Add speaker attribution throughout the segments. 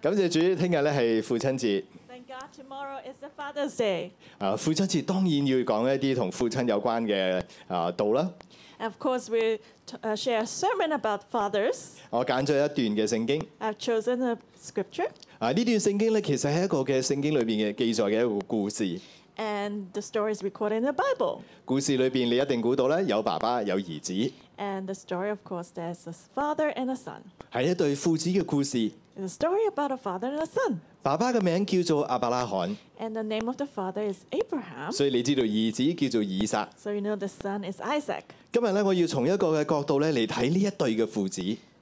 Speaker 1: 感謝主，聽日咧係父親節。
Speaker 2: Thank God tomorrow is the Father's Day.
Speaker 1: 啊，父親節當然要講一啲同父親有關嘅啊道啦。
Speaker 2: And of course, we t- uh, share a sermon about fathers.
Speaker 1: 我揀咗一段嘅聖經。
Speaker 2: I've chosen a scripture,
Speaker 1: 啊，呢段聖經咧其實係一個嘅聖經裏邊嘅記載嘅一個故事。
Speaker 2: and the story is recorded in the Bible.
Speaker 1: 故事裏邊你一定估到咧，有爸爸有兒子，
Speaker 2: And the story, of course, there's a father and a son.
Speaker 1: 係一對父子嘅故事。
Speaker 2: It's a story about a father and a son.
Speaker 1: 爸爸嘅名叫做阿伯拉罕，
Speaker 2: And the name of the father is Abraham.
Speaker 1: 所以你知道兒子叫做以撒。
Speaker 2: So you know the son is Isaac.
Speaker 1: 今日咧，我要從一個嘅角度咧嚟睇呢一對嘅父子。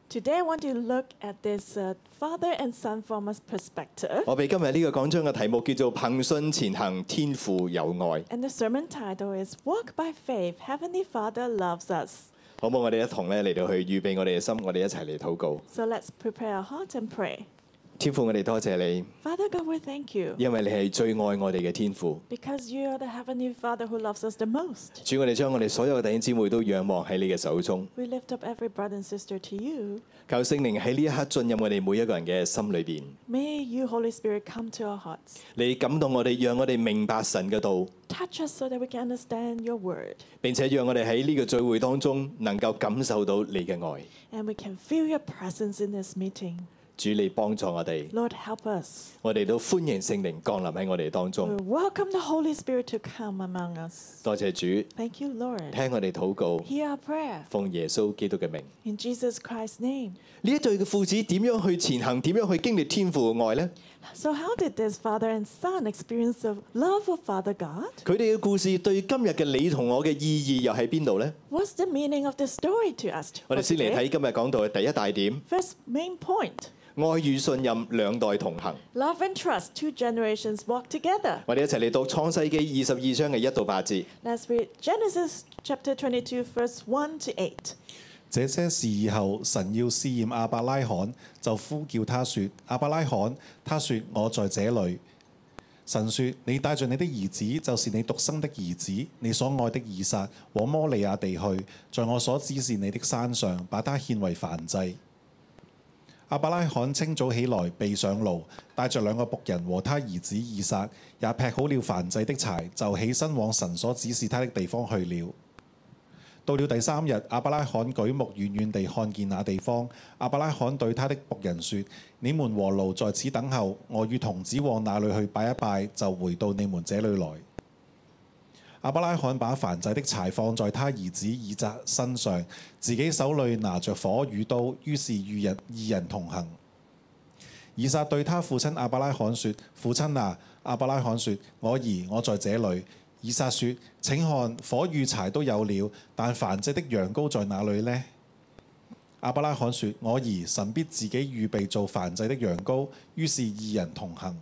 Speaker 2: Today, I want to look at this uh, father and son from a perspective.
Speaker 1: 我俾今日呢個講章嘅題目叫做《憑信前行，天父有愛》，
Speaker 2: And the sermon title is Walk by Faith, Heavenly Father Loves Us.
Speaker 1: 好唔好？我哋一同咧嚟到去預備我哋嘅心，我哋一齊嚟禱告。
Speaker 2: So let's prepare our heart and pray.
Speaker 1: 天父，我哋多謝你，
Speaker 2: Father God, we thank you
Speaker 1: 因為你係最愛我哋嘅天父。
Speaker 2: because you are the Heavenly Father who loves us the most.
Speaker 1: 主，我哋將我哋所有嘅弟兄姊妹都仰望喺你嘅手中，
Speaker 2: We lift up every brother and sister to you.
Speaker 1: 求聖靈喺呢一刻進入我哋每一個人嘅心裏邊，
Speaker 2: May you, Holy Spirit, come to our hearts.
Speaker 1: 你感動我哋，讓我哋明白神嘅道，
Speaker 2: Touch us so that we can understand your word
Speaker 1: 並且讓我哋喺呢個聚會當中能夠感受到你嘅愛。
Speaker 2: and we can feel your presence in this meeting.
Speaker 1: 主，你幫助我哋，
Speaker 2: Lord, help us.
Speaker 1: 我哋都歡迎聖靈降臨喺我哋當
Speaker 2: We
Speaker 1: 中。
Speaker 2: welcome the Holy Spirit to come among us.
Speaker 1: 多謝主，
Speaker 2: Thank you, Lord.
Speaker 1: 聽我哋禱告。
Speaker 2: Hear our prayer.
Speaker 1: 奉耶穌基督嘅名，呢
Speaker 2: In Jesus Christ's name.
Speaker 1: 一對嘅父子點樣去前行，點樣去經歷天父嘅愛呢？
Speaker 2: So, how did this father and son experience the love of Father God?
Speaker 1: 佢哋嘅故事對今日嘅你同我嘅意義又喺邊度呢？
Speaker 2: What's the meaning of the story to us?
Speaker 1: 我哋
Speaker 2: for
Speaker 1: 先嚟
Speaker 2: today?
Speaker 1: 睇今日講到嘅第一大點：
Speaker 2: First main point
Speaker 1: 愛與信任兩代同行。
Speaker 2: love and trust, two generations walk together.
Speaker 1: 我哋一齊嚟讀創世記二十二章嘅一到八節。
Speaker 2: Let's read Genesis chapter 22, verse 1 to 8.
Speaker 3: 這些事以後，神要試驗亞伯拉罕，就呼叫他說：亞伯拉罕，他說：我在這裡。神說：你帶着你的兒子，就是你獨生的兒子，你所愛的以撒，往摩利亞地去，在我所指示你的山上，把他獻為燔祭。亞伯拉罕清早起來，備上路，帶着兩個僕人和他兒子以撒，也劈好了燔祭的柴，就起身往神所指示他的地方去了。到了第三日，亞伯拉罕舉目遠遠地看見那地方。亞伯拉罕對他的僕人說：你們和驢在此等候，我與童子往那裏去拜一拜，就回到你們這裏來。亞伯拉罕把燔祭的柴放在他兒子以撒身上，自己手裏拿着火與刀，於是與人二人同行。以撒對他父親亞伯拉罕說：父親啊！亞伯拉罕說：我兒，我在這裏。以撒說：請看，火與柴都有了，但燔祭的羊羔在哪裏呢？亞伯拉罕說：我兒，神必自己預備做燔祭的羊羔。於是二人同行。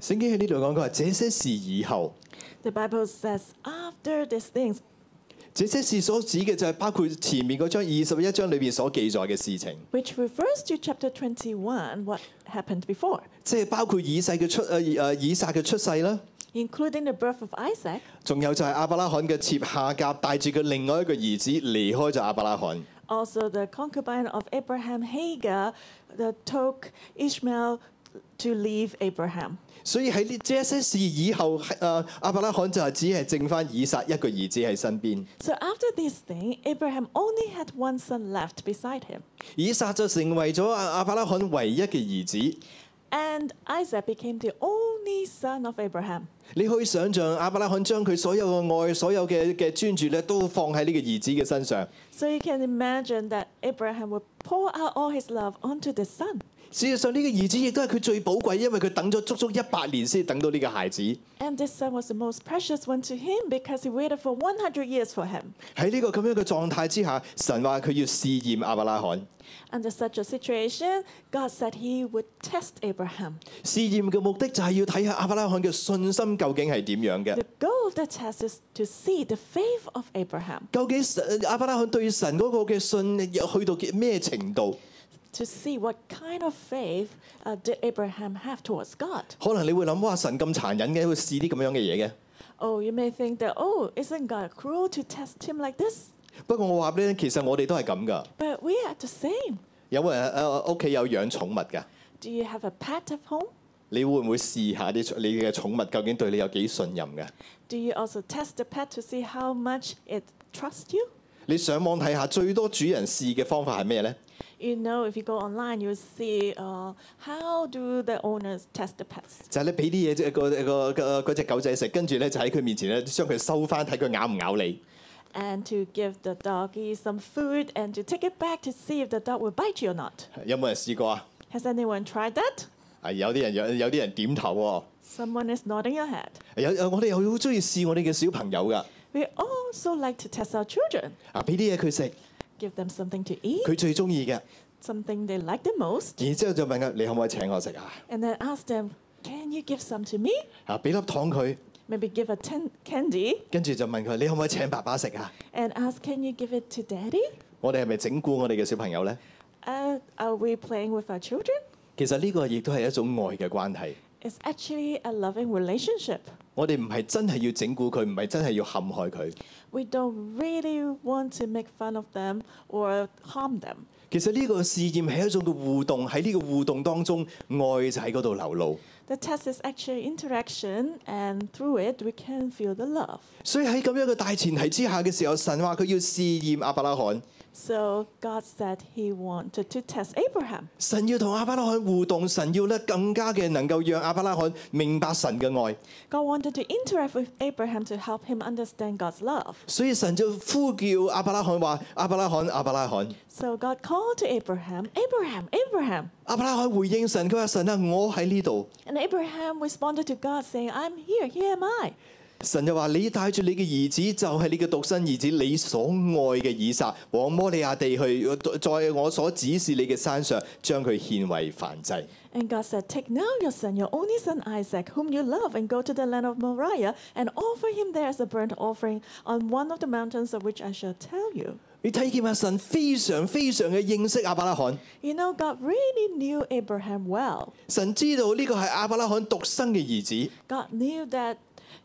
Speaker 1: 聖經喺呢度講，佢話：這些事以後，
Speaker 2: The Bible says, after these things,
Speaker 1: 這些事所指嘅就係包括前面嗰章二十一章裏邊所記載嘅事情，
Speaker 2: which refers to chapter 21, what happened before,
Speaker 1: 即係包括以世嘅出誒誒、以撒嘅出世啦。
Speaker 2: including the birth of Isaac,
Speaker 1: 仲有就係亞伯拉罕嘅妾夏甲帶住佢另外一個兒子離開咗亞伯拉罕，
Speaker 2: also the concubine of Abraham Hagar that took Ishmael to leave Abraham.
Speaker 1: 所以喺呢這一些事以後，誒、呃、亞伯拉罕就係只係剩翻以撒一個兒子喺身邊，
Speaker 2: So after this thing, Abraham only had one son left beside him,
Speaker 1: 以撒就成為咗呃亞亞伯拉罕唯一嘅兒子。
Speaker 2: and Isaac became the only son of Abraham.
Speaker 1: 你可以想象亞伯拉罕將佢所有嘅愛、所有嘅嘅專注咧，都放喺呢個兒子嘅身上。
Speaker 2: So you can imagine that Abraham would pour out all his love onto the son.
Speaker 1: 事實上，呢個兒子亦都係佢最寶貴，因為佢等咗足足一百年先等到呢個孩子。
Speaker 2: And this son was the most precious one to him because he waited for 100 years for him.
Speaker 1: 喺呢個咁樣嘅狀態之下，神話佢要試驗亞伯拉罕。
Speaker 2: Under such a situation, God said he would test Abraham.
Speaker 1: 試驗嘅目的就係要睇下亞伯拉罕嘅信心究竟係點樣嘅
Speaker 2: The。goal of the test is to see the faith of Abraham,
Speaker 1: 究竟神亞伯拉罕對神嗰個嘅信去到咩程度？
Speaker 2: to see what kind of faith uh, did Abraham have towards God.
Speaker 1: 可能你會諗，哇！神咁殘忍嘅，會試啲咁樣嘅嘢嘅。
Speaker 2: Oh, you may think that, oh, isn't God cruel to test him like this?
Speaker 1: 不過我話俾你聽，其實我哋都係咁噶。
Speaker 2: But we are the same.
Speaker 1: 有冇人誒屋企有養寵物㗎？
Speaker 2: Do you have a pet at home?
Speaker 1: 你會唔會試下啲你嘅寵物究竟對你有幾信任嘅？
Speaker 2: Do you also test the pet to see how much it trusts you?
Speaker 1: 你上網睇下最多主人試嘅方法係咩呢？
Speaker 2: You know, if you go online, you'll see uh, how do the owners test the pets.
Speaker 1: 就係你俾啲嘢即係個個個嗰只狗仔食，跟住咧就喺佢面前咧將佢收翻，睇佢咬唔咬你。
Speaker 2: And to give the doggy some food and to take it back to see if the dog will bite you or not.
Speaker 1: 有冇人試過啊？
Speaker 2: Has anyone tried that?
Speaker 1: 啊，有啲人有有啲人點頭喎、
Speaker 2: Someone is nodding your head.
Speaker 1: 有有我哋又好中意試我哋嘅小朋友噶。
Speaker 2: We also like to test our children,
Speaker 1: 啊，俾啲嘢佢食，
Speaker 2: give them something to eat,
Speaker 1: 佢最中意嘅。
Speaker 2: something they like the most,
Speaker 1: 然之後就問佢：你可唔可以請我食啊？
Speaker 2: and then ask them, Can you give some to me?
Speaker 1: 啊，俾粒糖佢，
Speaker 2: Maybe give a tin candy
Speaker 1: 跟住就問佢：你可唔可以請爸爸食啊？
Speaker 2: and ask, Can you give it to daddy?
Speaker 1: 我哋係咪整蠱我哋嘅小朋友呢？
Speaker 2: Uh, are we playing with our children?
Speaker 1: 其實呢個亦都係一種愛嘅關係。
Speaker 2: It's actually a loving relationship.
Speaker 1: 我哋唔係真係要整蠱佢，唔係真係要陷害佢。
Speaker 2: We don't really want to make fun of them or harm them.
Speaker 1: 其實呢個試驗係一種嘅互動，喺呢個互動當中，愛就喺嗰度流露。
Speaker 2: The test is actually interaction, and through it, we can feel the love.
Speaker 1: 所以喺咁樣嘅大前提之下嘅時候，神話佢要試驗亞伯拉罕，
Speaker 2: So God said He wanted to test Abraham.
Speaker 1: 神要同亞伯拉罕互動，神要咧更加嘅能夠讓亞伯拉罕明白神嘅愛。
Speaker 2: God wanted to interact with Abraham to help him understand God's love.
Speaker 1: 所以神就呼叫亞伯拉罕話：亞伯拉罕，亞伯拉罕。
Speaker 2: So God called to Abraham, Abraham, Abraham.
Speaker 1: 亞伯拉罕回應神，佢話：神啊，我喺呢度。
Speaker 2: And Abraham responded to God saying, I'm here, here am I.
Speaker 1: 神就話：你帶住你嘅兒子，就係、你嘅獨生兒子，你所愛嘅以撒，往摩利亞地去，在我所指示你嘅山上，將佢獻為燔祭。
Speaker 2: And God said, Take now your son, your only son Isaac, whom you love, and go to the land of Moriah and offer him there as a burnt offering on one of the mountains of which I shall tell you.
Speaker 1: 你睇見啊，神非常非常嘅認識亞伯拉罕，
Speaker 2: You know, God really knew Abraham well.
Speaker 1: 神知道呢個係亞伯拉罕獨生嘅兒子，
Speaker 2: God knew that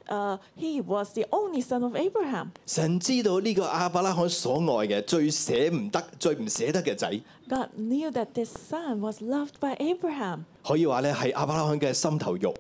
Speaker 2: uh, he was the only son of Abraham.
Speaker 1: 神知道呢個亞伯拉罕所愛嘅最捨唔得、最唔捨得嘅仔，
Speaker 2: God knew that this son was loved by Abraham,
Speaker 1: 可以話咧係亞伯拉罕嘅心頭肉。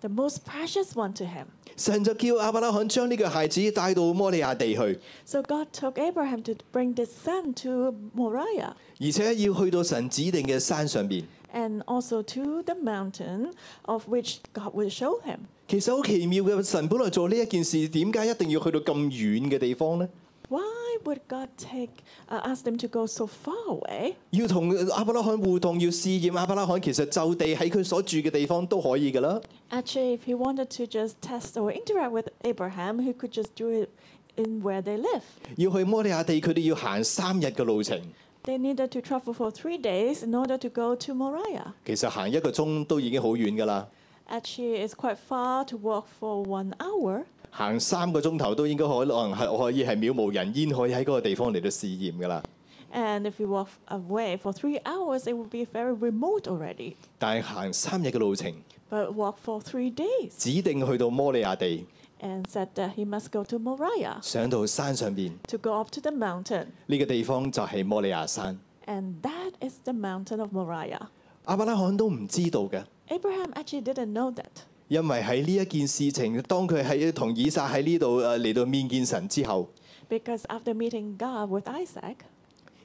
Speaker 2: the most precious one to him.
Speaker 1: 神就叫亞伯拉罕將呢個孩子帶到摩利亞地去，
Speaker 2: So God took Abraham to bring this son to Moriah
Speaker 1: 而且要去到神指定嘅山上邊。
Speaker 2: and also to the mountain of which God would show him.
Speaker 1: 其實好奇妙嘅，神本來做呢一件事，點解一定要去到咁遠嘅地方呢？
Speaker 2: Why would God take uh, ask them to go so far away?
Speaker 1: 要同亞伯拉罕互動，要試驗亞伯拉罕，其實就地喺佢所住嘅地方都可以㗎啦。
Speaker 2: Actually, if he wanted to just test or interact with Abraham, he could just do it in where they live.
Speaker 1: 要去摩利亞地，佢哋要行三日嘅路程，
Speaker 2: They needed to travel for three days in order to go to Moriah.
Speaker 1: 其實行一個鐘都已經好遠㗎啦，
Speaker 2: Actually, it's quite far to walk for one hour.
Speaker 1: 行三個鐘頭都應該可能係可以係渺無人煙，可以喺嗰個地方嚟到試驗㗎啦。
Speaker 2: And if you walk away for three hours, it would be very remote already.
Speaker 1: 但係行三日嘅路程，
Speaker 2: But walk for three days
Speaker 1: 指定去到摩利亞地，
Speaker 2: and said that he must go to Moriah
Speaker 1: 上到山上邊，
Speaker 2: to go up to the mountain.
Speaker 1: 呢、個地方就係摩利亞山。
Speaker 2: And that is the mountain of Moriah.
Speaker 1: 亞伯拉罕都唔知道嘅。
Speaker 2: Abraham actually didn't know that
Speaker 1: 因為喺呢一件事情，當佢喺同以撒喺呢度誒嚟到面見神之後，
Speaker 2: because after meeting God with Isaac,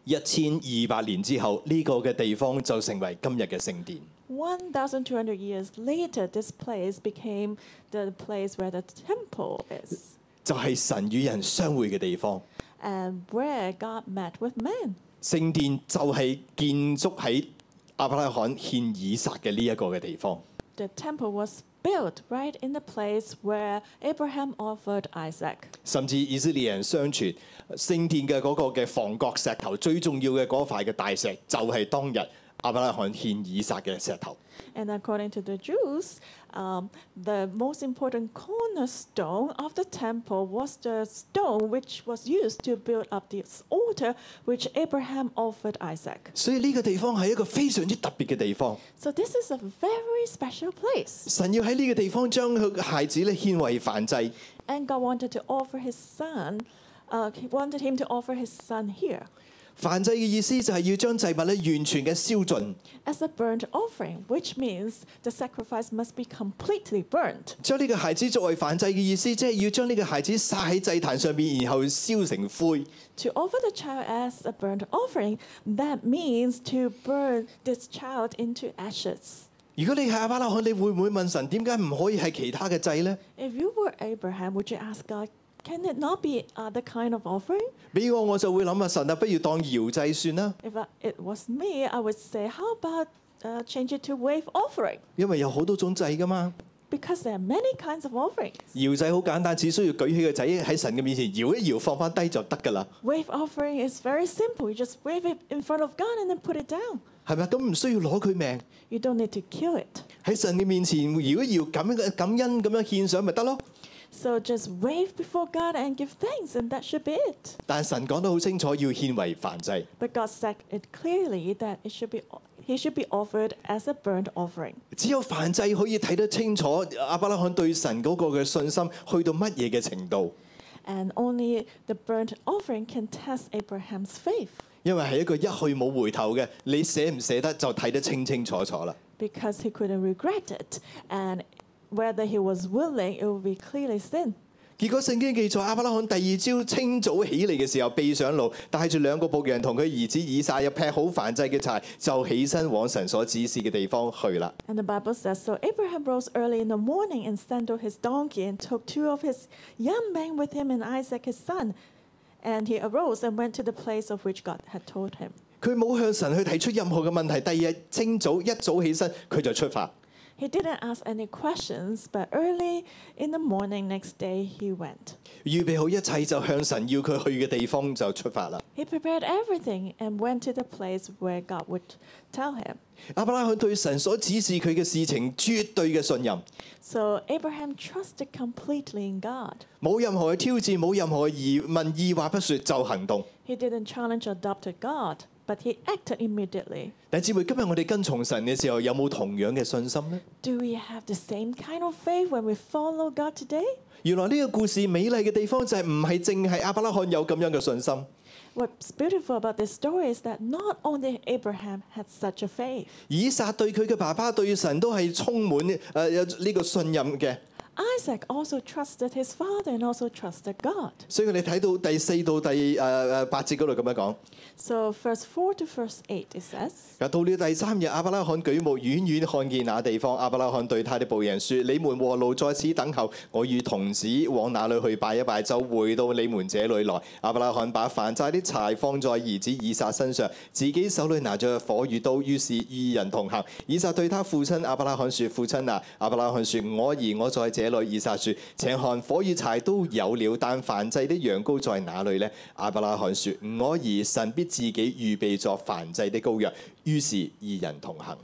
Speaker 1: 一千二百年之後，呢、個嘅地方就成為今日嘅聖殿。
Speaker 2: 1,200 years later, this place became the place where the temple is
Speaker 1: 就係神與人相會嘅地方。
Speaker 2: and where God met with men.
Speaker 1: 聖殿就係建築喺亞伯拉罕獻以撒嘅呢一個嘅地方。
Speaker 2: The temple was built right in the place where Abraham offered Isaac.
Speaker 1: 甚至以色列人相傳，呃聖殿嘅嗰個嘅房角石頭最重要嘅嗰塊嘅大石，就係、當日亞伯拉罕獻以撒嘅石頭。
Speaker 2: And according to the Jews, um, the most important cornerstone of the temple was the stone which was used to build up this altar which Abraham offered Isaac.
Speaker 1: 所以呢個地方係一個非常之特別嘅地方。
Speaker 2: So this is a very special place.
Speaker 1: 神要喺呢個地方將佢嘅孩子咧獻為燔祭，
Speaker 2: And God wanted to offer his son, uh, he wanted him to offer his son here.
Speaker 1: 燔祭嘅意思就係要將祭物咧完全嘅燒盡，
Speaker 2: as a burnt offering, which means the sacrifice must be completely burnt.
Speaker 1: 將呢個孩子作為燔祭嘅意思，即係要將呢個孩子撒喺祭壇上邊，然後燒成灰。
Speaker 2: To offer the child as a burnt offering, that means to burn this child into ashes.
Speaker 1: 如果你係亞伯拉罕，你會唔會問神點解唔可以係其他嘅祭呢？
Speaker 2: If you were Abraham, would you ask God, can it not be other kind of offering?
Speaker 1: 俾我我就會諗啊，神啊，不如當搖祭算啦，
Speaker 2: If I, it was me, I would say, how about uh, change it to wave offering?
Speaker 1: 因為有好多種祭噶嘛。
Speaker 2: Because there are many kinds of offerings.
Speaker 1: 搖祭好簡單，只需要舉起個仔喺神嘅面前搖一搖，放翻低就得㗎啦，
Speaker 2: Wave offering is very simple. You just wave it in front of God and then put it down.
Speaker 1: 係咪？啊咁唔需要攞佢命，
Speaker 2: You don't need to kill it.
Speaker 1: 喺神嘅面前搖一搖，感恩感恩咁樣獻上咪得咯。
Speaker 2: So just wave before God and give thanks, and that should be it.
Speaker 1: 但神講得好清楚，要獻為燔祭。
Speaker 2: But God said it clearly that it should be he should be offered as a burnt offering.
Speaker 1: 只有燔祭可以睇得清楚阿伯拉罕對神嗰個嘅信心去到乜嘢嘅程度，
Speaker 2: And only the burnt offering can test Abraham's faith
Speaker 1: 因為係一個一去冇回頭嘅，你捨唔捨得就睇得清清楚楚啦。
Speaker 2: because he couldn't regret it. And whether he was willing, it would be clearly sin.
Speaker 1: 結果聖經記載，阿伯拉罕第二朝清早起嚟嘅時候，備上路，帶住兩個僕人同佢兒子以撒，又劈好燔祭嘅柴，就起身往神所指示嘅地方去啦。
Speaker 2: And the Bible says so Abraham rose early in the morning and sandaled his donkey and took two of his young men with him and Isaac his son. And he arose and went to the place of which God had told him.
Speaker 1: 佢冇向神去提出任何嘅問題。第二日清早一早起身，佢就出發。
Speaker 2: He didn't ask any questions, but early in the morning next day he went.
Speaker 1: 預備好一切就向神要佢去嘅地方就出發啦。
Speaker 2: He prepared everything and went to the place where God would tell him.
Speaker 1: 阿伯拉罕對神所指示佢嘅事情絕對嘅信任，
Speaker 2: So Abraham trusted completely in God.
Speaker 1: 冇任何嘅挑戰，冇任何嘅疑問，二話不說就行動。
Speaker 2: He didn't challenge or doubt God, but he acted immediately.
Speaker 1: 弟兄姊妹，今日我哋跟從神嘅時候，有冇同樣嘅信心呢？
Speaker 2: Do we have the same kind of faith when we follow God today?
Speaker 1: 原來呢個故事美麗嘅地方就係唔係淨係阿伯拉罕有咁樣嘅信心，
Speaker 2: What's beautiful about this story is that not only Abraham had such a faith,
Speaker 1: 以撒對佢嘅爸爸對神都係充滿誒有呢個信任嘅。
Speaker 2: Isaac also trusted his father and also trusted God.
Speaker 1: 所以我哋睇到第四到第誒誒八節嗰度咁樣講。
Speaker 2: So, verse 4 to verse 8, it says,
Speaker 1: 又到了第三日，亞伯拉罕舉目遠遠看見那地方。亞伯拉罕對他的僕人說：你們和路在此等候，我與童子往哪裏去拜一拜，就回到你們這裏來。亞伯拉罕把燔祭的柴放在兒子以撒身上，自己手裏拿着火與刀，於是二人同行。以撒對他父親亞伯拉罕說：父親啊！亞伯拉罕說：我兒我在這裏。以撒說：請看，火與柴都有了，但燔祭的羊羔在哪裏呢？亞伯拉罕說：我兒神必自己預備作燔祭的羔羊。於是二人同行。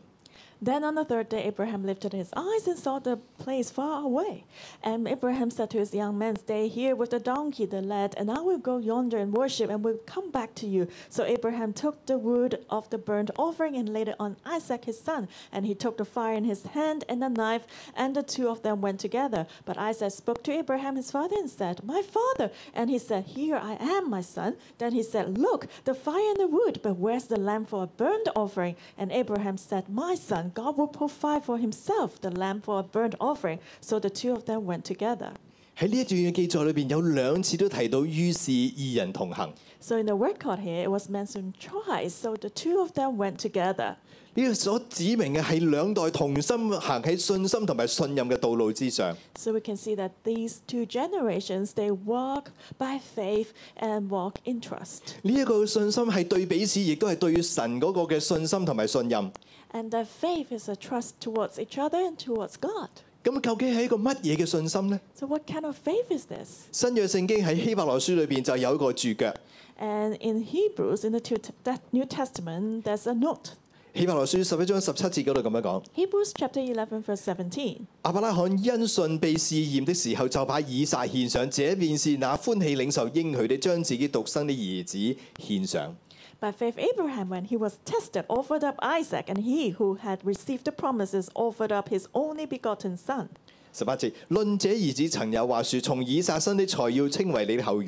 Speaker 2: Then on the third day, Abraham lifted his eyes and saw the place far away. And Abraham said to his young men, Stay here with the donkey, the lad, and I will go yonder and worship, and will come back to you. So Abraham took the wood of the burnt offering and laid it on Isaac his son. And he took the fire in his hand and the knife, and the two of them went together. But Isaac spoke to Abraham his father and said, My father! And he said, Here I am, my son. Then he said, Look, the fire and the wood, but where's the lamb for a burnt offering? And Abraham said, My son, God will provide for himself the lamb for a burnt offering. So the two of them went together.
Speaker 1: 喺呢一段嘅記載裏邊，有兩次都提到於是二人同行。
Speaker 2: So in the record here, it was mentioned twice. So the two of them went together.
Speaker 1: 呢個所指明嘅係兩代同心行喺信心同埋信任嘅道路之上。
Speaker 2: So we can see that these two generations, they walk by faith and walk in trust.
Speaker 1: 呢一個信心係對彼此，亦都係對神嗰個嘅信心同埋信任。
Speaker 2: And that faith is a trust towards each other and towards God.
Speaker 1: 咁究竟係一個乜嘢嘅信心呢？
Speaker 2: So what kind of faith is this?
Speaker 1: 新約聖經喺希伯來書裏邊就有一個注腳。
Speaker 2: And in Hebrews, in the Teu- Te- New Testament, there's a note.
Speaker 1: 希伯來書十一章十七節嗰度咁樣講：
Speaker 2: Hebrews chapter 11, verse 17.
Speaker 1: 亞伯拉罕因信被試驗的時候，就把以撒獻上，這便是那歡喜領受應許的，將自己獨生的兒子獻上。
Speaker 2: By faith, Abraham, when he was tested, offered up Isaac, and he who had received the promises offered up his only begotten son.
Speaker 1: 十八節，論這兒子曾有話説：從以撒生的才要稱為你的後裔。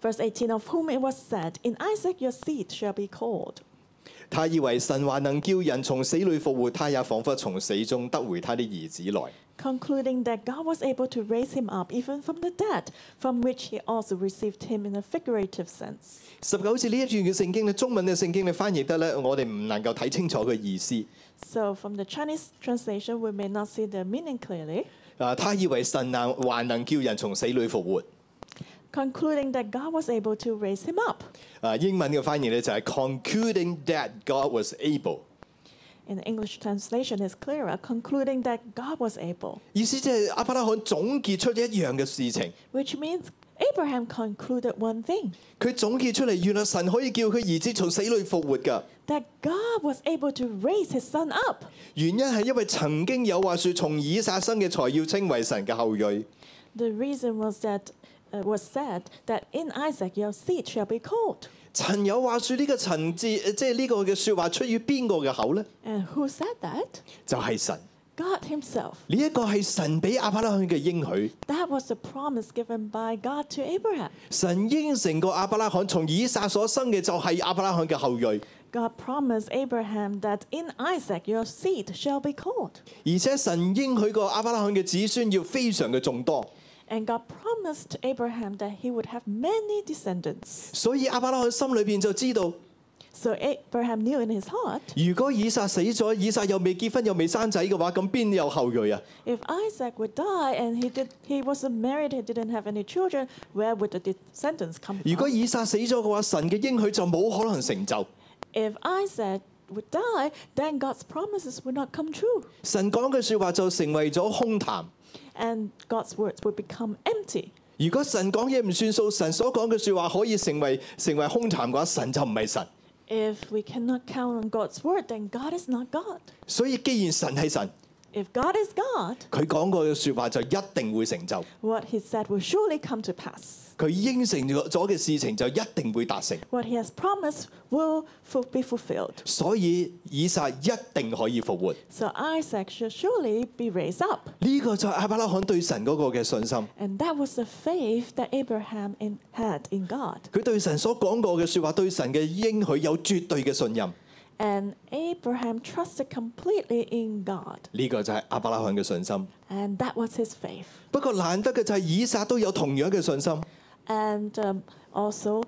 Speaker 2: Verse 18 Of whom it was said, In Isaac your seed shall be called.
Speaker 1: 他以為神還能叫人從死裏復活，他也彷彿從死中得回他的兒子來。
Speaker 2: Concluding that God was able to raise him up even from the dead, from which he also received him in a figurative sense.
Speaker 1: 十九節呢一段嘅聖經咧，中文嘅聖經咧翻譯得咧，我哋唔能夠睇清楚佢意思。
Speaker 2: So, from the Chinese translation, we may not see the meaning clearly.
Speaker 1: 啊，他以為神能還能叫人從死裏復活。
Speaker 2: Concluding that God was able to raise him up.
Speaker 1: 啊，英文嘅翻譯咧就係 concluding that God was able，
Speaker 2: In the English translation, is clearer, concluding that God was able,
Speaker 1: 意思即係阿伯拉罕總結出一樣嘅事情。
Speaker 2: which means Abraham concluded one thing
Speaker 1: 佢總結出嚟，原來神可以叫佢兒子從死裏復活㗎。
Speaker 2: that God was able to raise his son up.
Speaker 1: 原因係因為曾經有話説，從以撒生嘅才要稱為神嘅後裔。
Speaker 2: The reason was that uh, was said that in Isaac your seed shall be called.
Speaker 1: 曾有話説呢個陳字，呃即係呢個嘅説話出於邊個嘅口呢？
Speaker 2: And who said that?
Speaker 1: 就係、神。
Speaker 2: God himself.
Speaker 1: 呢、一個係神俾亞伯拉罕嘅應許，
Speaker 2: That was the promise given by God to Abraham.
Speaker 1: 神應承過亞伯拉罕，從以撒所生嘅就係亞伯拉罕嘅後裔，
Speaker 2: God promised Abraham that in Isaac your seed shall be called.
Speaker 1: 而且神應許過亞伯拉罕嘅子孫要非常嘅眾多，
Speaker 2: And God promised Abraham that he would have many descendants.
Speaker 1: 所以亞伯拉罕心裏邊就知道，
Speaker 2: So Abraham knew in his heart
Speaker 1: 如果以撒死咗，以撒又未結婚又未生仔嘅話，咁邊有後裔啊？
Speaker 2: if Isaac would die and he did he wasn't married, he didn't have any children, where would the descendants come
Speaker 1: 如果
Speaker 2: from?
Speaker 1: 以撒死咗嘅話，神嘅應許就冇可能成就。
Speaker 2: If Isaac would die, then God's promises would not come true.
Speaker 1: 神講嘅説話就成為咗空談。
Speaker 2: And God's words would become empty.
Speaker 1: 如果神講嘢唔算數，神所講嘅説話可以成為成為空談嘅話，神就唔係神。
Speaker 2: If we cannot count on God's word, then God is not God.
Speaker 1: 所以既然神係神，
Speaker 2: If God is God,
Speaker 1: 佢講過嘅説話就一定會成就，
Speaker 2: what he said will surely come to pass.
Speaker 1: 佢應承咗嘅事情就一定會達成。
Speaker 2: What he has promised will fu- be fulfilled.
Speaker 1: 所以以撒一定可以復活。
Speaker 2: So Isaac should surely be raised up.
Speaker 1: 呢、個就係阿伯拉罕對神嗰個嘅信心。
Speaker 2: And that was the faith that Abraham in, had in God.
Speaker 1: 佢對神所講過嘅説話，對神嘅應許有絕對嘅信任。呢、
Speaker 2: And Abraham trusted completely in God.
Speaker 1: 個就係阿伯拉罕嘅信心。
Speaker 2: And that was his faith.
Speaker 1: 不過難得嘅就係以撒都有同樣嘅信心。
Speaker 2: And um, also,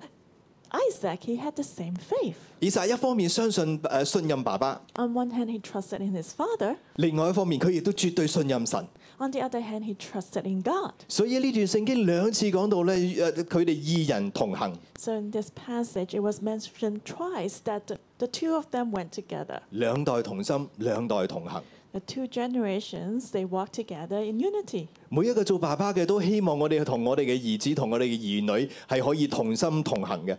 Speaker 2: Isaac, he had the same faith.
Speaker 1: 以撒一方面相信誒、呃信任爸爸，
Speaker 2: On one hand, he trusted in his father.
Speaker 1: 另外一方面佢亦都絕對信任神。
Speaker 2: On the other hand, he trusted in God.
Speaker 1: 所以呢段聖經兩次講到咧，誒佢哋二人同行，
Speaker 2: So in this passage, it was mentioned twice that the, the two of them went together.
Speaker 1: 兩代同心，兩代同行。
Speaker 2: The two generations, they walked together in unity.
Speaker 1: 每一個做爸爸嘅都希望我哋同我哋嘅兒子同我哋嘅兒女係可以同心同行嘅。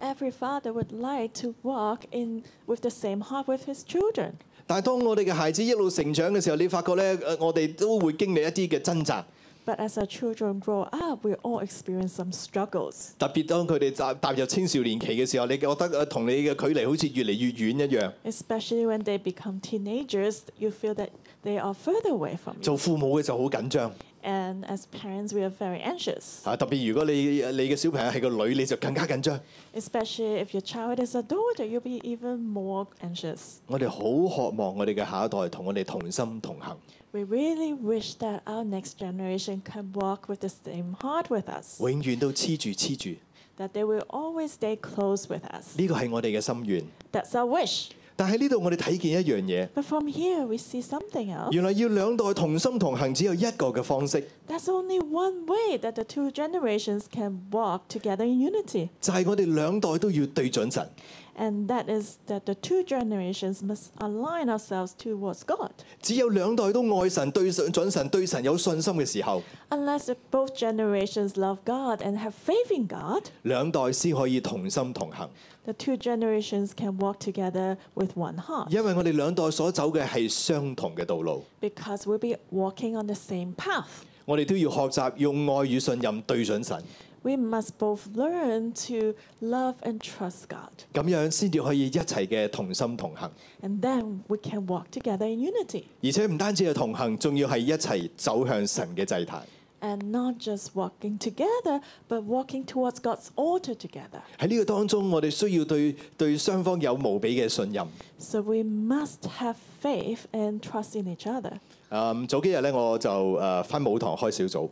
Speaker 2: Every father would like to walk in with the same heart with his children.
Speaker 1: 但係當我哋嘅孩子一路成長嘅時候，你發覺咧，誒我哋都會經歷一啲嘅掙扎，
Speaker 2: But as our children grow up, we all experience some struggles.
Speaker 1: 特別當佢哋踏踏入青少年期嘅時候，你覺得呃誒同你嘅距離好似越嚟越遠一樣。
Speaker 2: Especially when they become teenagers, you feel that they are further away from you.
Speaker 1: 做父母嘅就好緊張。
Speaker 2: And as parents, we are very anxious,
Speaker 1: 啊！特別如果你你嘅小朋友係個女，你就更加緊張。
Speaker 2: especially if your child is a daughter, you'll be even more anxious.
Speaker 1: 我哋好渴望我哋嘅下一代同我哋同心同行，
Speaker 2: We really wish that our next generation can walk with the same heart with us,
Speaker 1: 永遠都黐住黐住。
Speaker 2: that they will always stay close with us.
Speaker 1: 呢個係我哋嘅心願。
Speaker 2: That's our wish.
Speaker 1: 但喺呢度我哋睇見一樣嘢，
Speaker 2: But from here, we see something else.
Speaker 1: 原來要兩代同心同行，只有一個嘅方式，
Speaker 2: That's only one way that the two generations can walk together in unity,
Speaker 1: 就係我哋兩代都要對準神。
Speaker 2: and that is that the two generations must align ourselves towards God.
Speaker 1: 只有兩代都愛神、對準神、對神有信心嘅時候，
Speaker 2: Unless if both generations love God and have faith in God,
Speaker 1: 兩代先可以同心同行。
Speaker 2: the two generations can walk together with one heart
Speaker 1: 因為我哋兩代所走嘅係相同嘅道路，
Speaker 2: because we'll be walking on the same path.
Speaker 1: 我哋都要學習用愛與信任對準神，
Speaker 2: We must both learn to love and trust God,
Speaker 1: 咁樣先至可以一齊嘅同心同行。
Speaker 2: and then we can walk together in unity.
Speaker 1: 而且唔單止係同行，仲要係一齊走向神嘅祭壇。
Speaker 2: and not just walking together, but walking towards God's altar together.
Speaker 1: 喺呢個當中，我哋需要對對雙方有無比嘅信任。
Speaker 2: So we must have faith and trust in each other.
Speaker 1: 啊咁早幾日咧，我就誒翻母堂開小組，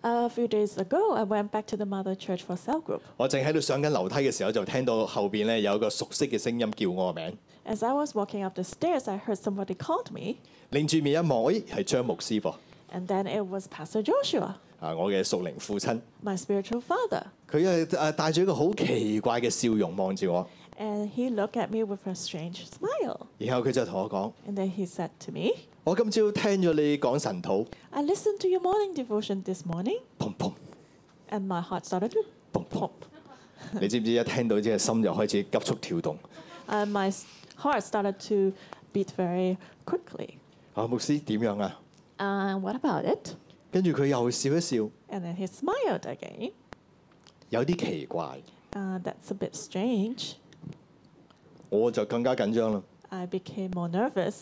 Speaker 2: A few days ago, I went back to the Mother Church for cell group.
Speaker 1: 我正喺度上緊樓梯嘅時候，就聽到後邊咧有一個熟悉嘅聲音叫我個名，
Speaker 2: As I was walking up the stairs, I heard somebody called me,
Speaker 1: 擰住面一望，咦係張牧師噃，
Speaker 2: and then it was Pastor Joshua,
Speaker 1: 啊我嘅屬靈父親，
Speaker 2: my spiritual father.
Speaker 1: 佢誒誒帶住一個好奇怪嘅笑容望住我，
Speaker 2: And he looked at me with a strange smile.
Speaker 1: 然後佢就同我講：
Speaker 2: And then he said to me,
Speaker 1: 我今朝聽咗你講神土，
Speaker 2: I listened to your morning devotion this morning,
Speaker 1: 砰砰
Speaker 2: and my heart started to
Speaker 1: 砰砰
Speaker 2: pop.
Speaker 1: 你知唔知一聽到之後心就開始急速跳動？
Speaker 2: And Uh, my s- heart started to beat very quickly.
Speaker 1: 啊牧師點樣啊？
Speaker 2: Uh, what about it?
Speaker 1: 跟住佢又笑一笑，
Speaker 2: And then he smiled again.
Speaker 1: 有啲奇怪，
Speaker 2: Uh, that's a bit strange.
Speaker 1: 我就更加緊張啦。
Speaker 2: I became more nervous.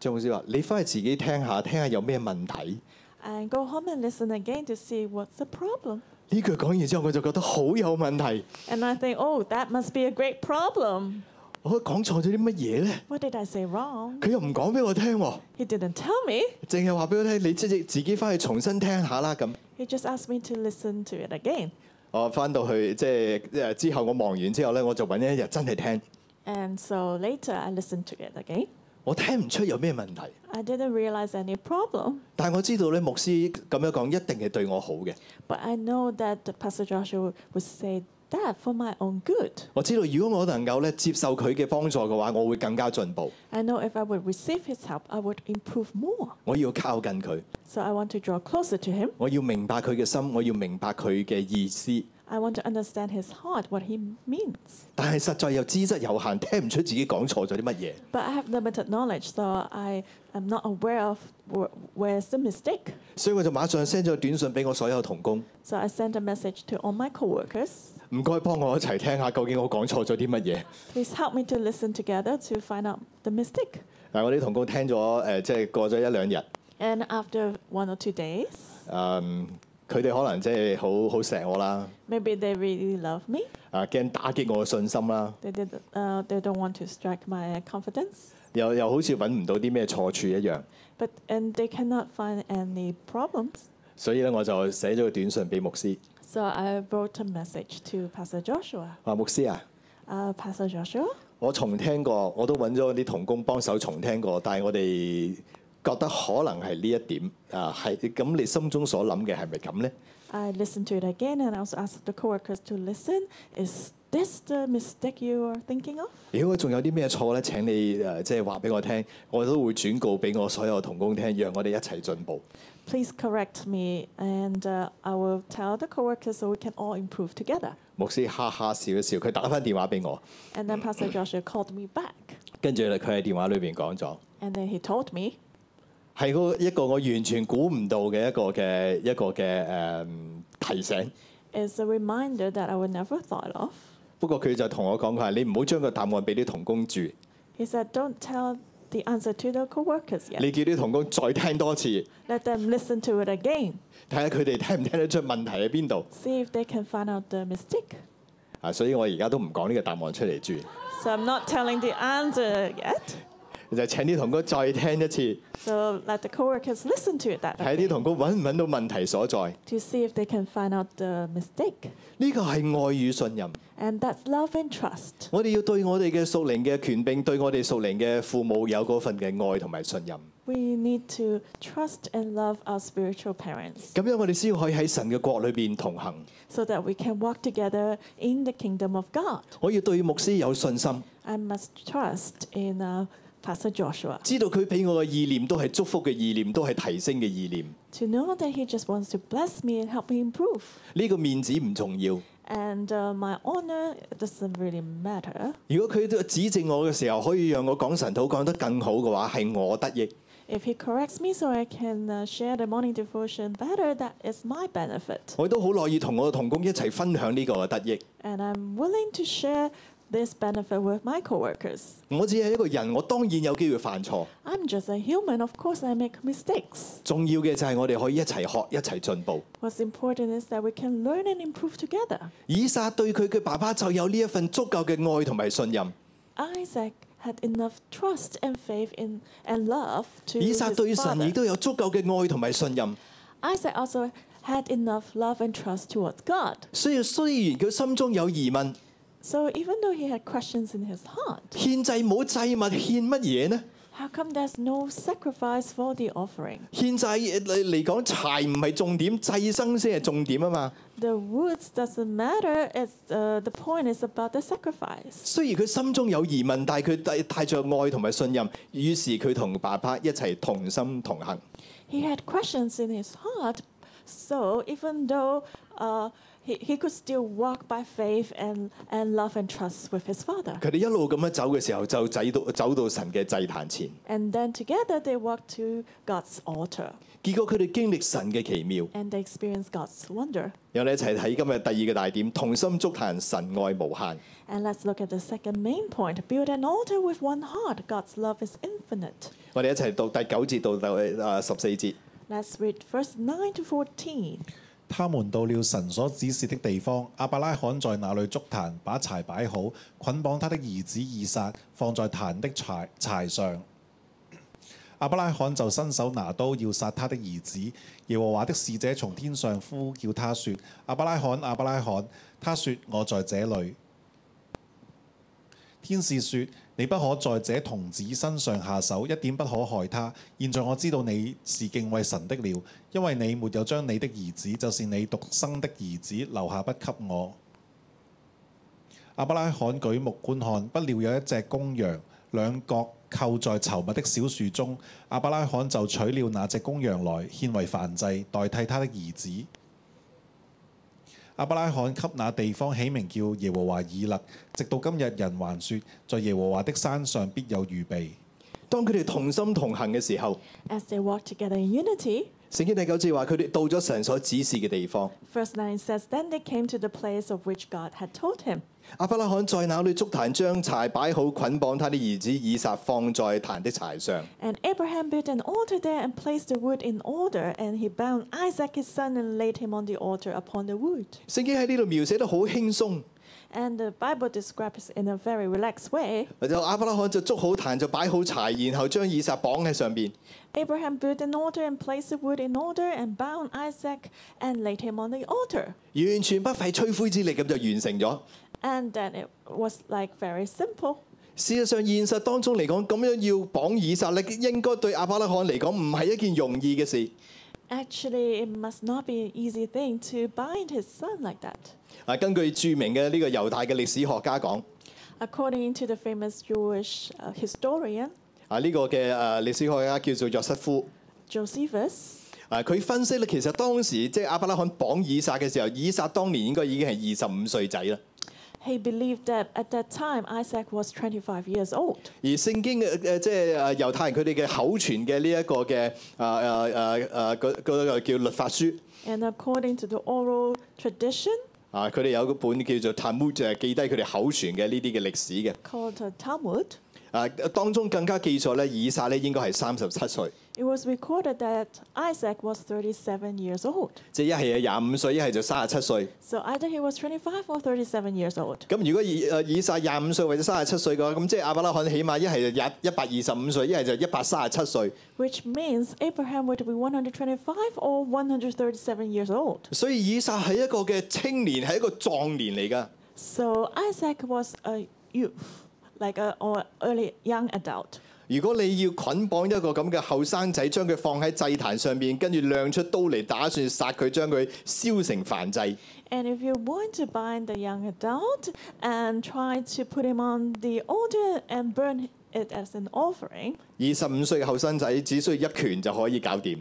Speaker 1: 張老師話：你翻去自己聽下，聽下有咩問題。
Speaker 2: And go home and listen again to see what's the problem.
Speaker 1: 呢句講完之後，我就覺得好有問題。
Speaker 2: And I think, oh, that must be a great problem.
Speaker 1: 我講錯咗啲乜嘢呢？
Speaker 2: What did I say wrong?
Speaker 1: 佢又唔講俾我聽喎，
Speaker 2: He didn't tell me.
Speaker 1: 淨係話俾我聽，你即係自己翻去重新聽下啦咁。
Speaker 2: He just asked me to listen to it again.
Speaker 1: 我翻到去即係誒之後，我忙完之後呢，我就揾一日真係聽。
Speaker 2: And so later I listened to it again.
Speaker 1: 我聽唔出有咩問題，
Speaker 2: I didn't realize any problem,
Speaker 1: 但係我知道咧，牧師咁樣講一定係對我好嘅。
Speaker 2: but I know that the Pastor Joshua would say that for my own good.
Speaker 1: 我知道如果我能夠咧接受佢嘅幫助嘅話，我會更加進步。
Speaker 2: I know if I would receive his help, I would improve more.
Speaker 1: 我要靠近佢，
Speaker 2: So I want to draw closer to him.
Speaker 1: 我要明白佢嘅心，我要明白佢嘅意思。
Speaker 2: I want to understand his heart, what he means.
Speaker 1: 但係實在又資質有限，聽唔出自己講錯咗啲乜嘢。
Speaker 2: But I have limited knowledge, so I am not aware of wh- where's the mistake.
Speaker 1: 所以我就馬上 send 咗短信俾我所有同工，
Speaker 2: So I sent a message to all my coworkers.
Speaker 1: 唔該幫我一齊聽下究竟我講錯咗啲乜嘢。
Speaker 2: Please help me to listen together to find out the mistake.
Speaker 1: 但係我啲同工聽咗誒、呃即係過咗一兩日，誒、
Speaker 2: And after one or two days,
Speaker 1: 嗯佢哋可能即係好好錫我啦，
Speaker 2: maybe they really love me.
Speaker 1: 啊驚打擊我嘅信心啦，
Speaker 2: They did. Uh, they don't want to strike my confidence.
Speaker 1: 又又好似揾唔到啲咩錯處一樣，
Speaker 2: But and they cannot find any problems.
Speaker 1: 所以咧我就寫咗個短信俾牧師，
Speaker 2: So I wrote a message to Pastor Joshua.
Speaker 1: 話牧師啊。
Speaker 2: Uh, Pastor Joshua,
Speaker 1: 我重聽過，我都揾咗啲童工幫手重聽過，但係我哋覺得可能係呢一點啊，係咁你心中所諗嘅係咪咁呢？
Speaker 2: I listened to it again, and I also asked the coworkers to listen. Is this the mistake you are thinking of?
Speaker 1: 如果仲有啲咩錯呢？請你誒即係話俾我聽，我都會轉告俾我所有童工聽，讓我哋一齊進步。
Speaker 2: Please correct me, and uh, I will tell the coworkers so we can all improve together.
Speaker 1: 牧師哈哈笑一笑，佢打翻電話俾我，
Speaker 2: And then Pastor Joshua called me back,
Speaker 1: 跟住咧佢喺電話裏邊講咗，
Speaker 2: and then he told me
Speaker 1: 係嗰一個我完全估唔到嘅一個嘅一個嘅誒、嗯提醒。
Speaker 2: it's a reminder that I would never thought of.
Speaker 1: 不過佢就同我講，佢話你唔好將個答案俾啲童工住，
Speaker 2: He said, "Don't tell the answer to the coworkers yet.
Speaker 1: 你叫啲童工再聽多次。
Speaker 2: Let them listen to it again.
Speaker 1: 睇下佢哋聽唔聽得出問題喺邊度
Speaker 2: See if they can find out the mistake."
Speaker 1: 啊！所以我而家都唔講呢個答案出嚟住，
Speaker 2: So I'm not telling the answer yet.
Speaker 1: 就請啲童工再聽一次，
Speaker 2: So let the coworkers listen to it that
Speaker 1: 睇
Speaker 2: way
Speaker 1: 啲童工揾唔揾到問題所在。
Speaker 2: to see if they can find out the mistake.
Speaker 1: 呢個係愛與信任，
Speaker 2: And that's love and trust.
Speaker 1: 我哋要對我哋嘅屬靈嘅權柄，對我哋屬靈嘅父母有嗰份嘅愛同埋信任，
Speaker 2: We need to trust and love our spiritual parents
Speaker 1: 咁樣我哋先可以喺神嘅國裏邊同行。
Speaker 2: so that we can walk together in the kingdom of God.
Speaker 1: 我要對牧師有信心，
Speaker 2: I must trust in uh, Pastor Joshua
Speaker 1: 知道佢俾我嘅意念都係祝福嘅意念，都係提升嘅意念。
Speaker 2: to know that he just wants to bless me and help me improve.
Speaker 1: 呢個面子唔重要，
Speaker 2: And uh, my honor it doesn't really matter.
Speaker 1: 如果佢都指正我嘅時候，可以讓我講神土講得更好嘅話，係我得益。
Speaker 2: If he corrects me so I can uh, share the morning devotion better, that is my benefit.
Speaker 1: 我都好樂意同我嘅同工一齊分享呢個嘅得益。
Speaker 2: And I'm willing to share this benefit with my coworkers.
Speaker 1: 我只係一個人，我當然有機會犯錯。
Speaker 2: I'm just a human, of course I make mistakes.
Speaker 1: 重要嘅就係我哋可以一齊學，一齊進步。
Speaker 2: What's important is that we can learn and improve together.
Speaker 1: 以撒對佢嘅爸爸就有呢一份足夠嘅愛同埋信任。
Speaker 2: Isaac had enough trust and faith in and love to
Speaker 1: 以撒
Speaker 2: his
Speaker 1: 對神亦
Speaker 2: father.
Speaker 1: 都有足夠嘅愛同埋信任。
Speaker 2: Isaac also had enough love and trust towards God.
Speaker 1: 雖然雖然佢心中有疑問，
Speaker 2: So even though he had questions in his heart,
Speaker 1: 獻祭冇祭物，獻乜嘢呢？
Speaker 2: how come there's no sacrifice for the offering?
Speaker 1: 獻祭嚟嚟講，柴唔係重點，祭牲先係重點啊嘛。
Speaker 2: The woods doesn't matter. It's uh, the point is about the sacrifice.
Speaker 1: 雖然佢心中有疑問，但係佢帶帶着愛同埋信任，於是佢同爸爸一齊同心同行。
Speaker 2: He had questions in his heart, so even though uh, he, he could still walk by faith and, and love and trust with his father.
Speaker 1: 佢哋一路咁樣走嘅時候，就走到走到神嘅祭壇前。
Speaker 2: And then together they walked to God's altar
Speaker 1: 結果佢哋經歷神嘅奇妙。
Speaker 2: and they experienced God's wonder.
Speaker 1: 我哋一齊睇今日第二個大點，同心足壇，神愛無限。
Speaker 2: And let's look at the second main point build an altar with one heart. God's love is infinite.
Speaker 1: 我哋一齊讀第九節到到啊十四節。
Speaker 2: Let's read verse 9 to 14.
Speaker 3: 他們到了神所指示的地方，亞伯拉罕在那裏築壇，把柴擺好，捆綁他的兒子以撒，放在壇的柴柴上。亞伯拉罕就伸手拿刀要殺他的兒子。耶和華的使者從天上呼叫他說：亞伯拉罕，亞伯拉罕！他說：我在這裏。天使說：你不可在這童子身上下手，一點不可害他。現在我知道你是敬畏神的了，因為你沒有將你的兒子，就是你獨生的兒子，留下不給我。亞伯拉罕舉目觀看，不料有一隻公羊，兩角扣在稠密的小樹中。亞伯拉罕就取了那隻公羊來，獻為燔祭，代替他的兒子。亞伯拉罕給那地方起名叫耶和華以勒，直到今日人還說，在耶和華的山上必有預備。
Speaker 1: 當佢哋同心同行嘅時候，
Speaker 2: As they walked together in unity,
Speaker 1: 聖經第九節話佢哋到咗神所指示嘅地方。
Speaker 2: verse 9 says, Then they came to the place of which God had told him.
Speaker 1: 阿伯拉罕在那裏築壇，將柴擺好，捆綁他的兒子以撒放在壇的柴上。
Speaker 2: And Abraham built an altar there and placed the wood in order, and he bound Isaac his son and laid him on the altar upon the wood.
Speaker 1: 聖經喺呢度描寫得好輕鬆，
Speaker 2: And the Bible describes in a very relaxed way.
Speaker 1: 就阿伯拉罕就築好壇，就擺好柴，然後將以撒綁喺上邊。
Speaker 2: Abraham built an altar and placed the wood in order and bound Isaac and laid him on the altar.
Speaker 1: 完全不費吹灰之力咁就完成咗。
Speaker 2: And then it was like very simple.
Speaker 1: 事實上，現實當中嚟講，咁樣要綁以撒咧，應該對阿伯拉罕嚟講唔係一件容易嘅事。
Speaker 2: Actually, it must not be an easy thing to bind his son like that.
Speaker 1: 啊，根據著名嘅呢個猶大嘅歷史學家講，
Speaker 2: According to the famous Jewish uh, historian
Speaker 1: 啊呢、個嘅誒歷史學家叫做約瑟夫。
Speaker 2: Josephus,
Speaker 1: 啊！佢分析咧，其實當時即係亞伯拉罕綁以撒嘅時候，以撒當年應該已經係二十五歲仔啦。
Speaker 2: he believed that at that time Isaac was 25 years old.
Speaker 1: 而聖經嘅誒即係誒猶太人佢哋嘅口傳嘅呢一個嘅啊啊啊啊嗰嗰個叫律法書
Speaker 2: And according to the oral tradition
Speaker 1: 啊，佢哋有嗰本叫做 Talmud 就係記低佢哋口傳嘅呢啲嘅歷史嘅。
Speaker 2: called the Talmud,
Speaker 1: 啊，當中更加記載咧，以撒咧應該係三十七歲，
Speaker 2: it was recorded that Isaac was 37 years old.
Speaker 1: 即係一係廿五歲，一係就三十七歲。
Speaker 2: So either he was 25 or 37 years old.
Speaker 1: 咁如果以誒以撒廿五歲或者三十七歲嘅話，咁即係亞伯拉罕起碼一係就廿一百二十五歲，一係就一百三十七歲。
Speaker 2: which means Abraham would be 125 or 137 years old.
Speaker 1: 所以以撒係一個嘅青年，係一個壯年嚟噶。
Speaker 2: So Isaac was a youth, like a or early young adult.
Speaker 1: 如果你要捆綁一個咁嘅後生仔，將佢放喺祭壇上面，跟住亮出刀嚟打算殺佢，將佢燒成燔祭，
Speaker 2: And if you want to bind the young adult and try to put him on the altar and burn it as an offering,
Speaker 1: 二十五歲嘅後生仔只需要一拳就可以搞掂。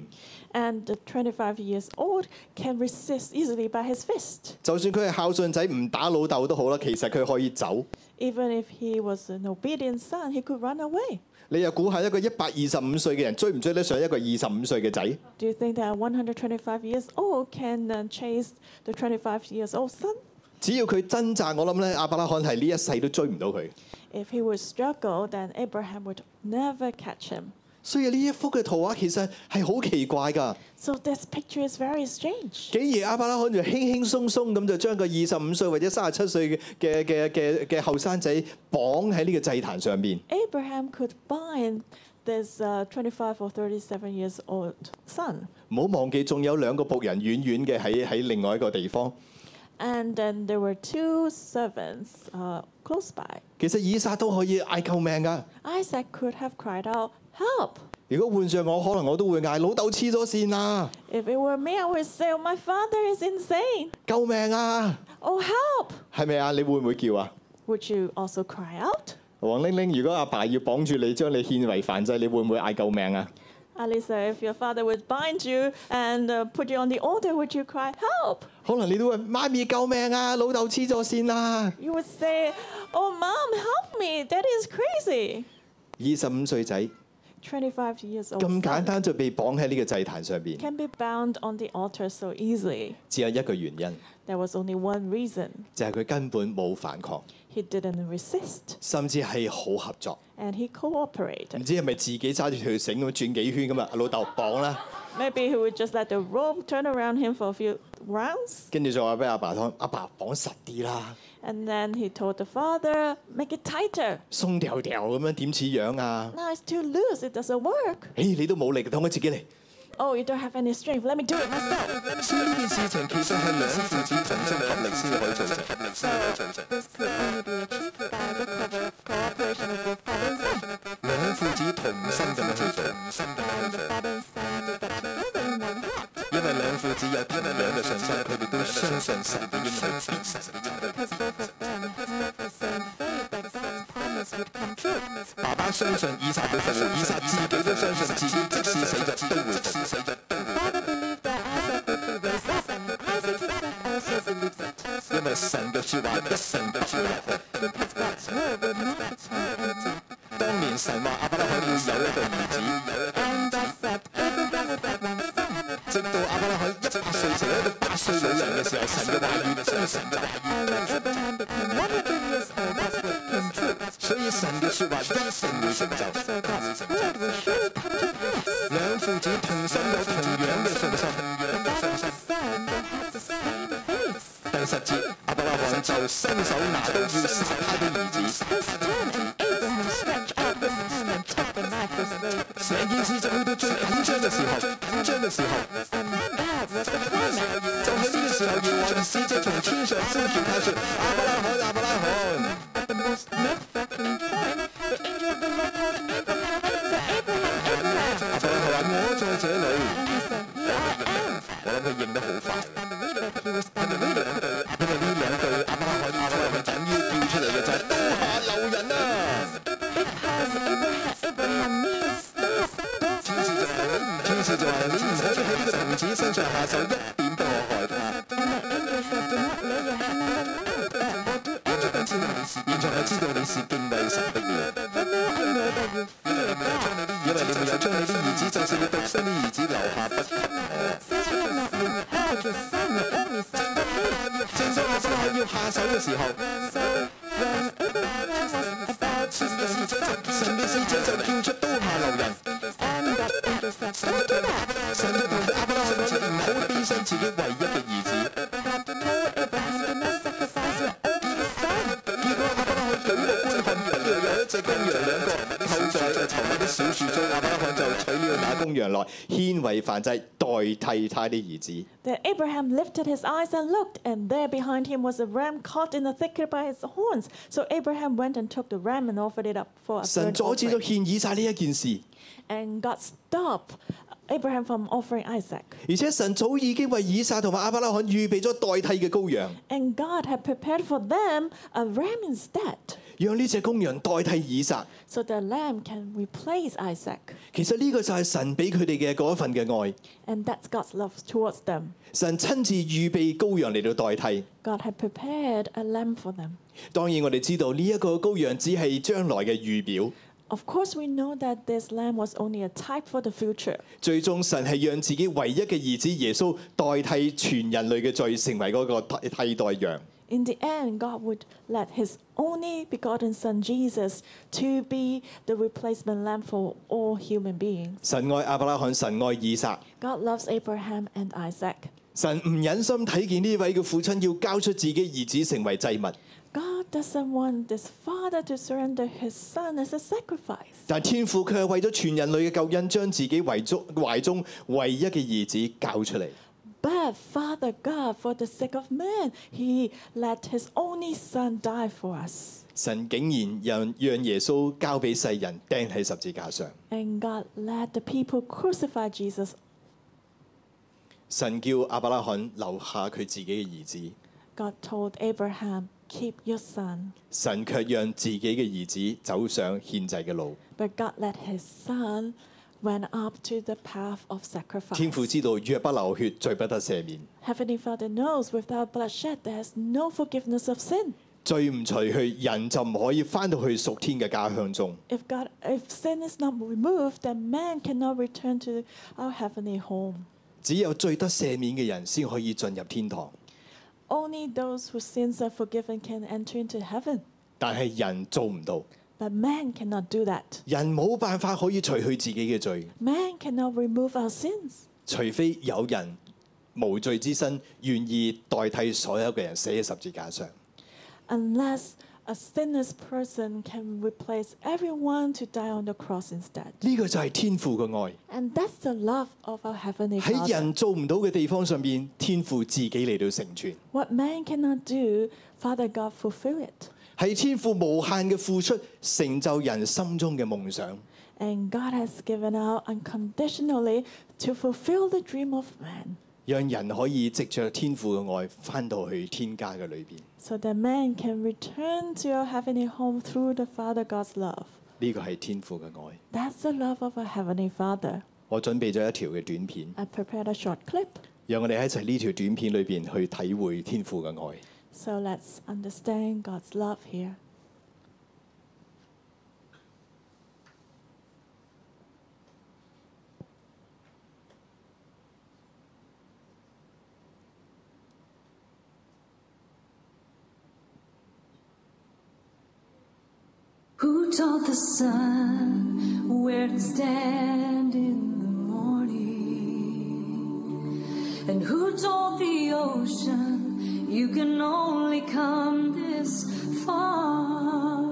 Speaker 2: and the 25 years old can resist easily by his fist,
Speaker 1: 就算佢係孝順仔，唔打老豆都好啦，其實佢可以走。
Speaker 2: even if he was an obedient son, he could run away.
Speaker 1: 你又估下一個一百二十五歲嘅人追唔追得上一個二十五歲嘅仔？
Speaker 2: Do you think that 125 years old can uh, chase the 25 years old son?
Speaker 1: 只要佢掙扎，我諗咧亞伯拉罕係呢一世都追唔到佢。
Speaker 2: If he would struggle, then Abraham would never catch him.
Speaker 1: 所以呢一幅嘅圖畫其實係好奇怪㗎。
Speaker 2: So this picture is very strange.
Speaker 1: 竟然亞伯拉罕就輕輕鬆鬆咁就將個二十五歲或者三十七歲嘅嘅嘅嘅嘅後生仔綁喺呢個祭壇上面。
Speaker 2: Abraham could bind this uh, 25 or 37 years old son.
Speaker 1: 唔好忘記，仲有兩個仆人遠遠嘅喺喺另外一個地方。
Speaker 2: And then there were two servants uh, close by.
Speaker 1: 其實以撒都可以嗌救命㗎。
Speaker 2: Isaac could have cried out, Help!
Speaker 1: 如果換上我，可能我都會嗌老豆黐咗線啊啦，
Speaker 2: If it were me, I would say, oh, My father is insane!
Speaker 1: 救命啊！
Speaker 2: Oh, help!
Speaker 1: 係咪啊？你會唔會叫啊？
Speaker 2: Would you also cry out?
Speaker 1: 黃玲玲，如果阿爸要綁住你，將你獻為燔祭，你會唔會嗌救命啊？
Speaker 2: Alisa, if your father would bind you and uh, put you on the altar, would you cry, Help!
Speaker 1: 可能你都會媽咪救命啊！老豆黐咗線啊啦。
Speaker 2: You would say, Oh, mom, help me! That is crazy!
Speaker 1: 二十五歲仔
Speaker 2: 25 years old
Speaker 1: 咁
Speaker 2: son
Speaker 1: 簡單就被綁喺呢個祭壇上邊，
Speaker 2: can be bound on the altar so easily.
Speaker 1: 只有一個原因，
Speaker 2: There was only one reason
Speaker 1: 就係、佢根本冇反抗，
Speaker 2: he didn't resist
Speaker 1: 甚至係好合作。
Speaker 2: and he
Speaker 1: 唔
Speaker 2: cooperated.
Speaker 1: 知係咪自己揸住條繩咁轉幾圈咁啊？老豆綁啦，
Speaker 2: Maybe he would just let the rope turn around him for a few rounds
Speaker 1: 跟住就話俾阿爸聽：阿爸綁實啲啦，
Speaker 2: and then he told the father, Make it tighter.
Speaker 1: 鬆掉掉咁樣點似樣啊？
Speaker 2: Now it's too loose, it doesn't work.
Speaker 1: 誒、你都冇力，等我自己嚟。
Speaker 2: Oh, you don't have any strength, let me do it myself.
Speaker 4: 所以呢件事情其實係兩父子盡心合力先至可以做成。
Speaker 5: This could only be achieved by the clever cooperation of the father and son.
Speaker 4: 兩父子同心咁樣去做，
Speaker 5: And the father and son did that together in one heart.
Speaker 4: 因為兩父子有同樣嘅信心，佢哋都相信神嘅應許。
Speaker 5: Because both of them had the same faith that God's promise would come true.
Speaker 4: 爸爸相信以撒會復活，以撒自己都相信自己即使死咗都會復活。
Speaker 5: Father believed that Isaac would be raised up, and Isaac himself also believes it.
Speaker 4: 因為神嘅説話一神嘅説話。
Speaker 5: Because God's word would not return empty.
Speaker 4: 當年神話阿伯拉罕要有一個兒子，
Speaker 5: And God said, Abraham would have one son.
Speaker 4: 直到阿伯拉罕一百歲成為一個百歲老人嘅時候，神嘅話語真神嘅話語。
Speaker 5: And when Abraham became 100 years old, God's word came true.
Speaker 4: 所以神嘅説話一定會成就。
Speaker 5: So God's word will surely come to pass.
Speaker 4: 兩父子同心有同樣嘅信心。
Speaker 5: Father and son, they had the same faith.
Speaker 4: 第十節，阿伯拉罕就伸手拿刀要殺他的兒子。
Speaker 5: His son and Abraham stretched out his hand and took the knife with David.
Speaker 4: 成件事就去到最緊張嘅時候，緊張嘅時候，
Speaker 5: And then God was the climate.
Speaker 4: 就喺呢個時候，耶和華使者從天上呼叫他說：阿伯拉罕，阿伯拉罕，
Speaker 5: At the most
Speaker 4: 阿伯拉罕話：我
Speaker 5: nerve-wracking point, the angel of the Lord called him Abraham and said, Abraham, Abraham.
Speaker 4: 在這裏。
Speaker 5: And he said, Here I am.
Speaker 4: 我諗佢認得好快，
Speaker 5: But he responded, "Really?"
Speaker 4: 因為呢兩句阿伯拉罕、阿伯拉罕等於叫出嚟嘅就係刀下留人啊！
Speaker 5: Because Abraham, Abraham means this, this,
Speaker 4: 天使就話：天使就話你唔可以喺呢個童子身上下手，一點都可害怕。
Speaker 5: And the angel said, Do not lay your hand on the man, but I will do anything to him.
Speaker 4: 現在我知道你是敬畏神的了。
Speaker 5: For now I know that you fear God.
Speaker 4: 因為你沒有將你的兒子，就是你獨生的兒子留下不給我。
Speaker 5: Since you have not withheld your son, your only son, from me.
Speaker 4: 正當我真係要下手嘅時候，
Speaker 5: So when Abraham was about to sin,
Speaker 4: 神嘅使者就叫出刀下留人。
Speaker 5: and God's angel said, Don't do that.
Speaker 4: 神就同阿伯拉罕講：唔好犧牲自己唯一嘅兒子。
Speaker 5: God told Abraham, Do not sacrifice your only son.
Speaker 4: 結果阿伯拉罕舉目觀看，不料有一隻公羊兩個。後在就藏喺啲小樹中，阿伯拉罕就取了那
Speaker 1: 打公羊來獻為燔祭，代替他的兒子。
Speaker 2: Then Abraham lifted his eyes and looked, and there behind him was a ram caught in a thicket by its horns. So Abraham went and took the ram and offered it up for a
Speaker 1: 神
Speaker 2: burnt
Speaker 1: 阻止咗
Speaker 2: offering.
Speaker 1: 獻以撒呢一件事，
Speaker 2: And God stopped Abraham from offering Isaac.
Speaker 1: 而且神早已經為以撒同埋亞伯拉罕預備咗代替嘅羔羊，
Speaker 2: And God had prepared for them a ram instead,
Speaker 1: 讓呢只公羊代替以撒。
Speaker 2: so the lamb can replace Isaac.
Speaker 1: 其實呢個就係神俾佢哋嘅嗰一份嘅愛，
Speaker 2: And that's God's love towards them.
Speaker 1: 神親自預備羔羊嚟到代替。
Speaker 2: God had prepared a lamb for them.
Speaker 1: 當然我哋知道呢一個羔羊只係將來嘅預表，
Speaker 2: Of course, we know that this lamb was only a type for the future.
Speaker 1: 最終神係讓自己唯一嘅兒子耶穌代替全人類嘅罪，成為嗰個替替代羊。
Speaker 2: in the end, God would let his only begotten son Jesus to be the replacement lamb for all human beings.
Speaker 1: 神愛亞伯拉罕，神愛以撒。
Speaker 2: God loves Abraham and Isaac.
Speaker 1: 神唔忍心睇見呢位嘅父親要交出自己兒子成為祭物，
Speaker 2: God doesn't want this father to surrender his son as a sacrifice.
Speaker 1: 但天父卻係為咗全人類嘅救恩，將自己懷中懷中唯一嘅兒子交出嚟。
Speaker 2: But Father God, for the sake of man, he let his only son die for us.
Speaker 1: 神竟然讓讓耶穌交俾世人釘喺十字架上。
Speaker 2: And God let the people crucify Jesus.
Speaker 1: 神叫亞伯拉罕留下佢自己嘅兒子，
Speaker 2: God told Abraham, Keep your son.
Speaker 1: 神卻讓自己嘅兒子走上獻祭嘅路。
Speaker 2: But God let his son went up to the path of
Speaker 1: 天父
Speaker 2: sacrifice.
Speaker 1: 知道若不流血，罪不得赦免，
Speaker 2: Heavenly Father knows without bloodshed there is no forgiveness of sin.
Speaker 1: 罪唔除去，人就唔可以翻到去屬天嘅家鄉中。
Speaker 2: If God if sin is not removed, then man cannot return to our heavenly home.
Speaker 1: 只有罪得赦免嘅人先可以進入天堂，
Speaker 2: Only those whose sins are forgiven can enter into heaven.
Speaker 1: 但係人做唔到，
Speaker 2: But man cannot do that.
Speaker 1: 人冇辦法可以除去自己嘅罪，
Speaker 2: Man cannot remove our sins
Speaker 1: 除非有人無罪之身願意代替所有嘅人死喺十字架上。
Speaker 2: unless a sinless person can replace everyone to die on the cross instead.
Speaker 1: 呢、個就係天父嘅愛。
Speaker 2: And that's the love of our Heavenly
Speaker 1: 喺
Speaker 2: Father.
Speaker 1: 人做唔到嘅地方上面，天父自己嚟到成全，
Speaker 2: What man cannot do, Father God fulfill it.
Speaker 1: 係天父無限嘅付出，成就人心中嘅夢想。
Speaker 2: And God has given out unconditionally to fulfill the dream of man,
Speaker 1: 讓人可以藉着天父嘅愛翻到去天家嘅裏邊，
Speaker 2: so that man can return to our heavenly home through the Father God's love.
Speaker 1: 呢個係天父嘅愛。
Speaker 2: That's the love of our Heavenly Father.
Speaker 1: 我準備咗一條嘅短片，
Speaker 2: I prepared a short clip,
Speaker 1: 讓我哋喺一齊呢條短片裏邊去體會天父嘅愛。
Speaker 2: so let's understand God's love here.
Speaker 6: Who told the sun where to stand in the morning? And who told the ocean you can only come this far?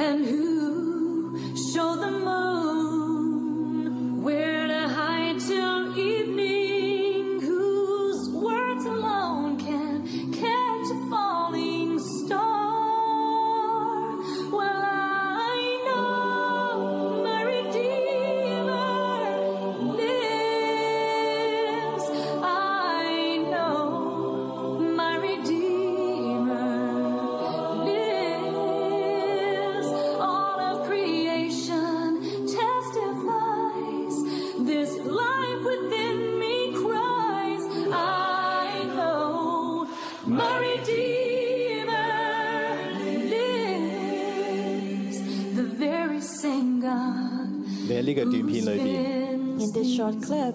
Speaker 6: And who showed the moon where to hide till evening? Whose words alone can catch a falling star? Well, I know my Redeemer lives. I know my Redeemer lives. All of creation testifies. This life within me cries. I know my Redeemer lives. The very same God.
Speaker 1: 你喺呢個短片裏邊，
Speaker 6: In
Speaker 2: this short clip,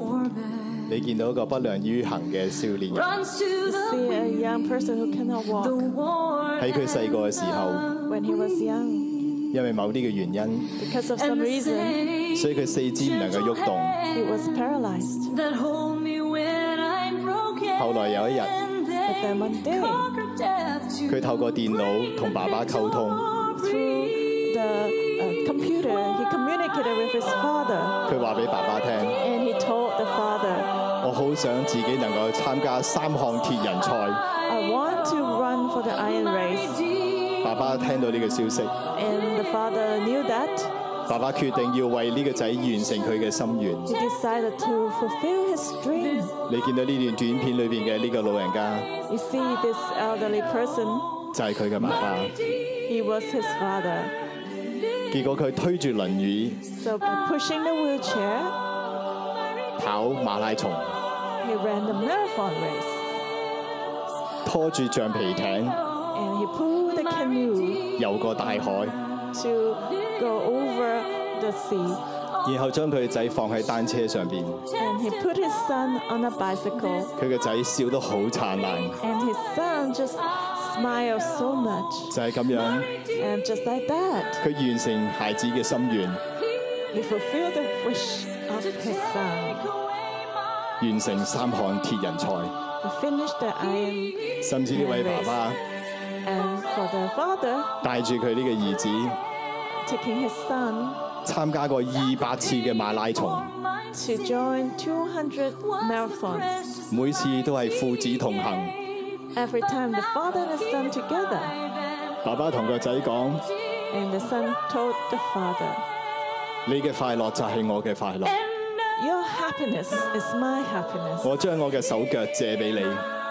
Speaker 1: 你見到一個不良於行嘅少年人，
Speaker 6: runs to the
Speaker 2: See a young person who cannot
Speaker 6: The
Speaker 2: walk
Speaker 6: war
Speaker 1: 喺佢細個嘅時候，
Speaker 2: when he was young
Speaker 1: 因為某啲嘅原因，
Speaker 2: because of some reason.
Speaker 1: 所以佢四肢唔能夠喐動。
Speaker 2: He was paralyzed.
Speaker 6: that hold me when I'm broken.
Speaker 1: 後來有一日，
Speaker 2: 但係問題，
Speaker 1: 佢透過電腦同爸爸溝通。
Speaker 2: Through the uh, computer, he communicated with his father
Speaker 1: 佢話俾爸爸聽。
Speaker 2: and he told the father,
Speaker 1: 我好想自己能夠參加三項鐵人賽。
Speaker 2: I want to run for the iron race.
Speaker 1: 爸爸聽到呢個消息，
Speaker 2: And the father knew that.
Speaker 1: 爸爸決定要為呢個仔完成佢嘅心願。
Speaker 2: He decided to fulfill his dream.
Speaker 1: 你見到呢段短片裏邊嘅呢個老人家，
Speaker 2: You see, this elderly person,
Speaker 1: 就係佢嘅爸爸。
Speaker 2: he was his father.
Speaker 1: 結果佢推住輪椅
Speaker 2: So by pushing the wheelchair,
Speaker 1: 跑馬拉松，
Speaker 2: he ran the marathon race
Speaker 1: 拖住橡皮艇
Speaker 2: and he pulled the canoe
Speaker 1: 遊過大海，
Speaker 2: to go over the sea.
Speaker 1: 然後將佢嘅仔放喺單車上邊。
Speaker 2: And he put his son on a bicycle,
Speaker 1: 佢嘅仔笑得好燦爛，
Speaker 2: and his son just smiled so much.
Speaker 1: 就係咁樣，
Speaker 2: And just like that,
Speaker 1: 佢完成孩子嘅心願，
Speaker 2: he fulfilled the wish of his uh, son.
Speaker 1: 完成三項鐵人賽。
Speaker 2: He finished the iron,
Speaker 1: 甚至呢位爸爸
Speaker 2: and for the father,
Speaker 1: 帶住佢呢個兒子
Speaker 2: taking his son
Speaker 1: 參加過二百次嘅馬拉松，
Speaker 2: to join 200 marathons.
Speaker 1: 每次都係父子同行。
Speaker 2: Every time the father and the son together,
Speaker 1: 爸爸同個仔講：
Speaker 2: and the son told the father,
Speaker 1: 你嘅快樂就係我嘅快樂，
Speaker 2: Your happiness is my happiness.
Speaker 1: 我將我嘅手腳借俾你，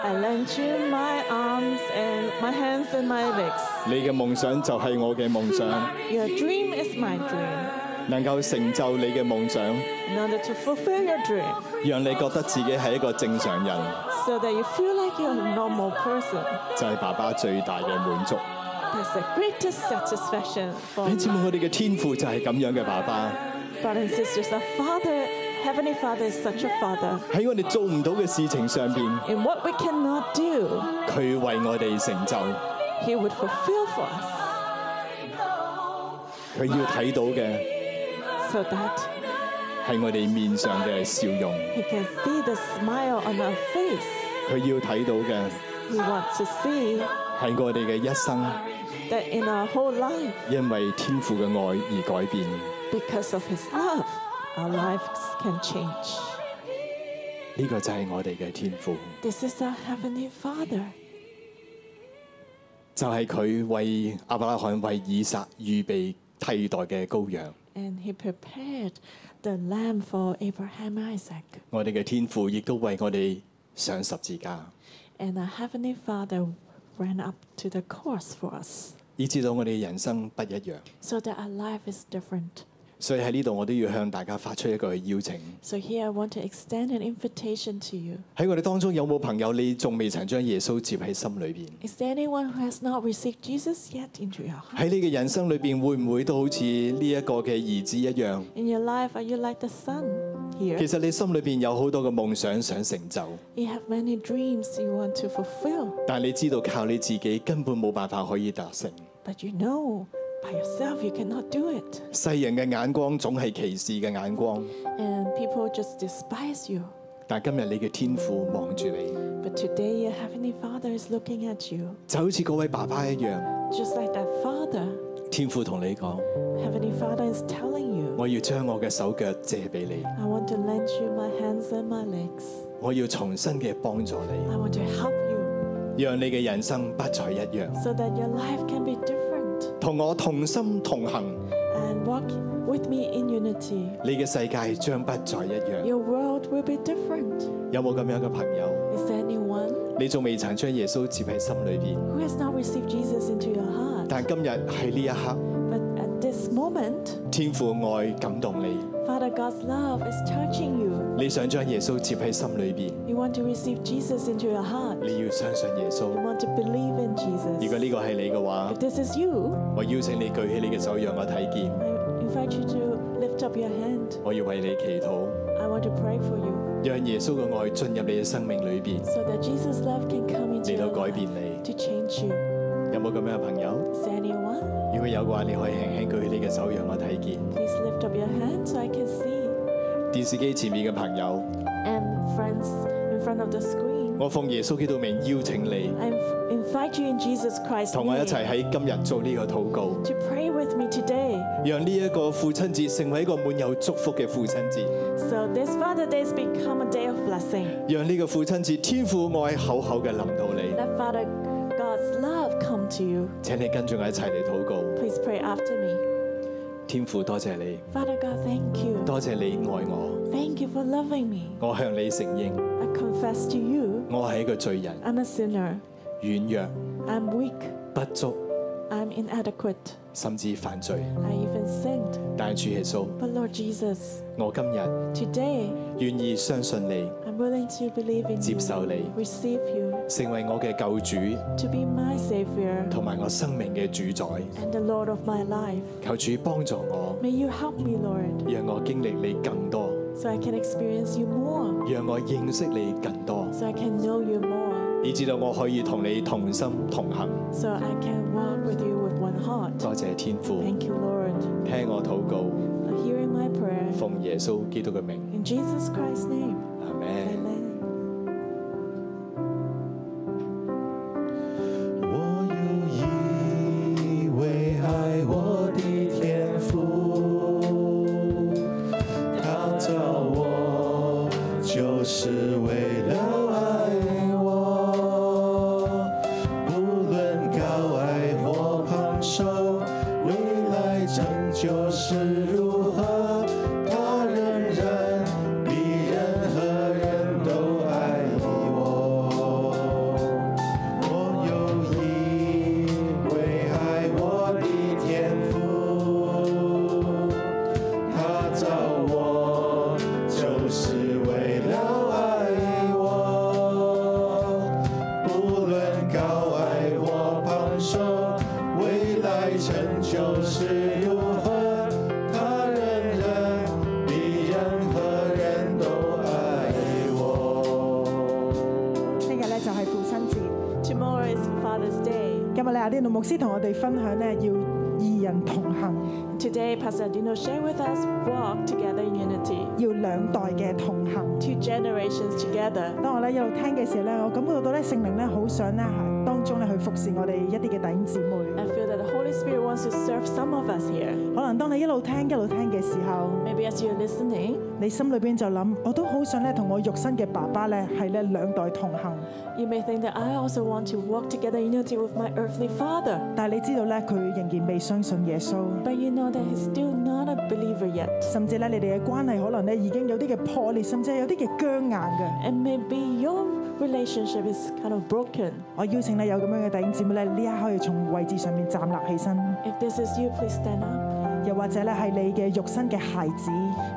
Speaker 2: I lent you my arms and my hands and my legs.
Speaker 1: 你嘅夢想就係我嘅夢想，
Speaker 2: Your dream is my dream.
Speaker 1: 能夠成就你嘅夢想。
Speaker 2: In order to fulfill your dream,
Speaker 1: 讓你覺得自己係一個正常人，
Speaker 2: so that you feel like you're a normal person,
Speaker 1: 就係、爸爸最大嘅滿足。
Speaker 2: that's the greatest satisfaction for
Speaker 1: 你知
Speaker 2: me.
Speaker 1: 唔知我哋嘅天父就係咁樣嘅爸爸？
Speaker 2: brothers and sisters. Our Father, Heavenly Father, is such a Father.
Speaker 1: 喺我哋做唔到嘅事情上邊，
Speaker 2: In what we cannot do,
Speaker 1: 佢為我哋成就。
Speaker 2: He would fulfill for us,
Speaker 1: 佢要睇到嘅
Speaker 2: so that
Speaker 1: 係我哋面上嘅笑容，
Speaker 2: He can see the smile on our face.
Speaker 1: 佢要睇到嘅
Speaker 2: We want to see
Speaker 1: 係我哋嘅一生，
Speaker 2: that in our whole life,
Speaker 1: 因為天父嘅愛而改變。
Speaker 2: because of His love, our lives can change.
Speaker 1: 呢、個就係我哋嘅天父，
Speaker 2: This is our Heavenly Father.
Speaker 1: 就係、佢為亞伯拉罕為以撒預備替代嘅羔羊。
Speaker 2: And He prepared the lamb for Abraham Isaac.
Speaker 1: 我哋嘅天父亦都為我哋上十字架。
Speaker 2: And our Heavenly Father ran up to the cross for us
Speaker 1: 以至到我哋人生不一樣。
Speaker 2: so that our life is different.
Speaker 1: 所以喺呢度我都要向大家發出一個邀請。
Speaker 2: So here I want to extend an invitation to you.
Speaker 1: 喺我哋當中有冇朋友你仲未曾將耶穌接喺心裏邊？
Speaker 2: Is there anyone who has not received Jesus yet into your heart?
Speaker 1: 喺你嘅人生裏邊，會唔會都好似呢一個嘅兒子一樣？
Speaker 2: In your life, are you like the sun here?
Speaker 1: 其實你心裏邊有好多嘅夢想想成就，
Speaker 2: You have many dreams you want to fulfill.
Speaker 1: 但你知道靠你自己根本冇辦法可以達成。
Speaker 2: But you know, by yourself you cannot do it.
Speaker 1: 世人嘅眼光總係歧視嘅眼光，
Speaker 2: And people just despise you.
Speaker 1: 但今日你嘅天父望住你，
Speaker 2: But today your Heavenly Father is looking at you.
Speaker 1: 就好似嗰位爸爸一樣。
Speaker 2: Just like that Father,
Speaker 1: 天父同你講：
Speaker 2: Heavenly Father is telling you,
Speaker 1: 我要將我嘅手腳借俾你，
Speaker 2: I want to lend you my hands and my legs.
Speaker 1: 我要重新嘅幫助你。
Speaker 2: I want to help you
Speaker 1: 讓你嘅人生不再一樣，
Speaker 2: so that your life can be different
Speaker 1: 同我同心同行，
Speaker 2: and walk with me in unity.
Speaker 1: 你嘅世界將不再一樣。
Speaker 2: Your world will be different.
Speaker 1: 有冇咁樣嘅朋友？
Speaker 2: Is there anyone
Speaker 1: 你仲未曾將耶穌接喺心裏邊，
Speaker 2: who has not received Jesus into your heart?
Speaker 1: 但今日喺呢一刻，
Speaker 2: But at this moment,
Speaker 1: 天父愛感動你，
Speaker 2: Father God's love is touching you.
Speaker 1: 你想將耶穌接喺心裏邊，
Speaker 2: You want to receive Jesus into your heart. You
Speaker 1: 你要相信耶穌。
Speaker 2: want to believe in
Speaker 1: 如果
Speaker 2: Jesus.
Speaker 1: 呢個係你嘅話
Speaker 2: If，this is you,
Speaker 1: 我邀請你舉起你嘅手，讓我睇見。
Speaker 2: I invite you to lift up your hand.
Speaker 1: 我要為你祈禱，
Speaker 2: I want to pray for you
Speaker 1: 讓耶穌嘅愛進入你嘅生命裏邊。
Speaker 2: so that Jesus' love can come into your
Speaker 1: 嚟到改變你。
Speaker 2: life to change you.
Speaker 1: 有冇咁樣嘅朋友？
Speaker 2: Is there anyone?
Speaker 1: 如果有嘅話，你可以輕輕舉起你嘅手，讓我睇見。
Speaker 2: Please lift up your hand so I can see.
Speaker 1: 電視機前面嘅朋友。
Speaker 2: And friends in front of the screen,
Speaker 1: 我奉耶穌基督名邀請你，
Speaker 2: I inv- invite you in Jesus Christ's
Speaker 1: 同我一
Speaker 2: name
Speaker 1: 齊喺今日做呢個禱告，
Speaker 2: to pray with me today.
Speaker 1: 讓呢一個父親節成為一個滿有祝福嘅父親節，
Speaker 2: So this Father Day's become a day of blessing.
Speaker 1: 讓呢個父親節天父愛厚厚嘅臨到你。
Speaker 2: Let Father God's love come to you.
Speaker 1: 請你跟住我一齊嚟禱告，
Speaker 2: Please pray after me.
Speaker 1: 天父多謝你，
Speaker 2: Father God, thank you.
Speaker 1: 多謝你愛我，
Speaker 2: Thank you for loving me.
Speaker 1: 我向你承認，
Speaker 2: I confess to you,
Speaker 1: 我係一個罪人，
Speaker 2: I'm a sinner.
Speaker 1: 軟弱
Speaker 2: I'm weak.
Speaker 1: 不足，
Speaker 2: I'm inadequate.
Speaker 1: 甚至犯罪。
Speaker 2: I even sinned.
Speaker 1: 但係主耶穌，
Speaker 2: But Lord Jesus,
Speaker 1: 我今日
Speaker 2: today
Speaker 1: 願意相信你，
Speaker 2: I'm willing to believe in
Speaker 1: 接受
Speaker 2: you,
Speaker 1: 你，
Speaker 2: receive you
Speaker 1: 成為我嘅救主，
Speaker 2: to be my Savior
Speaker 1: 同埋我生命嘅主宰。
Speaker 2: and the Lord of my life.
Speaker 1: 求主幫助我，
Speaker 2: May you help me, Lord,
Speaker 1: 讓我經歷你更多，
Speaker 2: so I can experience you more,
Speaker 1: 讓我認識你更多，
Speaker 2: so I can know you more,
Speaker 1: 以至到我可以同你同心同行。
Speaker 2: so I can walk with you with one heart.
Speaker 1: 多謝天父，
Speaker 2: Thank you, Lord,
Speaker 1: 聽我禱告，
Speaker 2: for hearing my prayer.
Speaker 1: 奉耶穌基督嘅名，
Speaker 2: In Jesus Christ's name,
Speaker 1: 阿門。
Speaker 2: amen.
Speaker 7: 我有一位爱我的天父，他造我就是为了爱我，无论高矮或胖瘦，未来成就是如何，他仍然比任何人都爱我。我有一位爱我的天父，他造我就是为了爱我，不论高矮或胖瘦，未来成就是如何，他仍然比任何人都爱我。
Speaker 8: 聽日咧就係父親節，
Speaker 2: Tomorrow is Father's Day.
Speaker 8: 今日咧阿啲老牧師同我哋分享咧要二人同行，
Speaker 2: Today, Pastor Dino shared with us walk together in unity,
Speaker 8: 要兩代嘅同行。
Speaker 2: two generations together.
Speaker 8: 當我咧一路聽嘅時候咧，我感覺到咧聖靈咧好想咧嚇當中咧去服侍我哋一啲嘅弟兄姊妹。
Speaker 2: I feel that the Holy Spirit wants to serve some of us here.
Speaker 8: 可能當你一路聽一路聽嘅時候，
Speaker 2: Maybe as you're listening,
Speaker 8: 你心裏邊就諗，我都好想咧同我肉身嘅爸爸咧係咧兩代同行。
Speaker 2: you may think that I also want to walk together in unity with my earthly father,
Speaker 8: 但係你知道咧，佢仍然未相信耶穌，
Speaker 2: but you know that he's still not a believer yet.
Speaker 8: 甚至咧你哋嘅關係可能咧已經有啲嘅破裂，甚至係有啲嘅僵硬嘅。
Speaker 2: And maybe your relationship is kind of broken.
Speaker 8: 我邀請咧有咁樣嘅弟兄姊妹咧，呢一刻可以從位置上面站立起身，
Speaker 2: If this is you, please stand up.
Speaker 8: 又或者咧係你嘅肉身嘅孩子，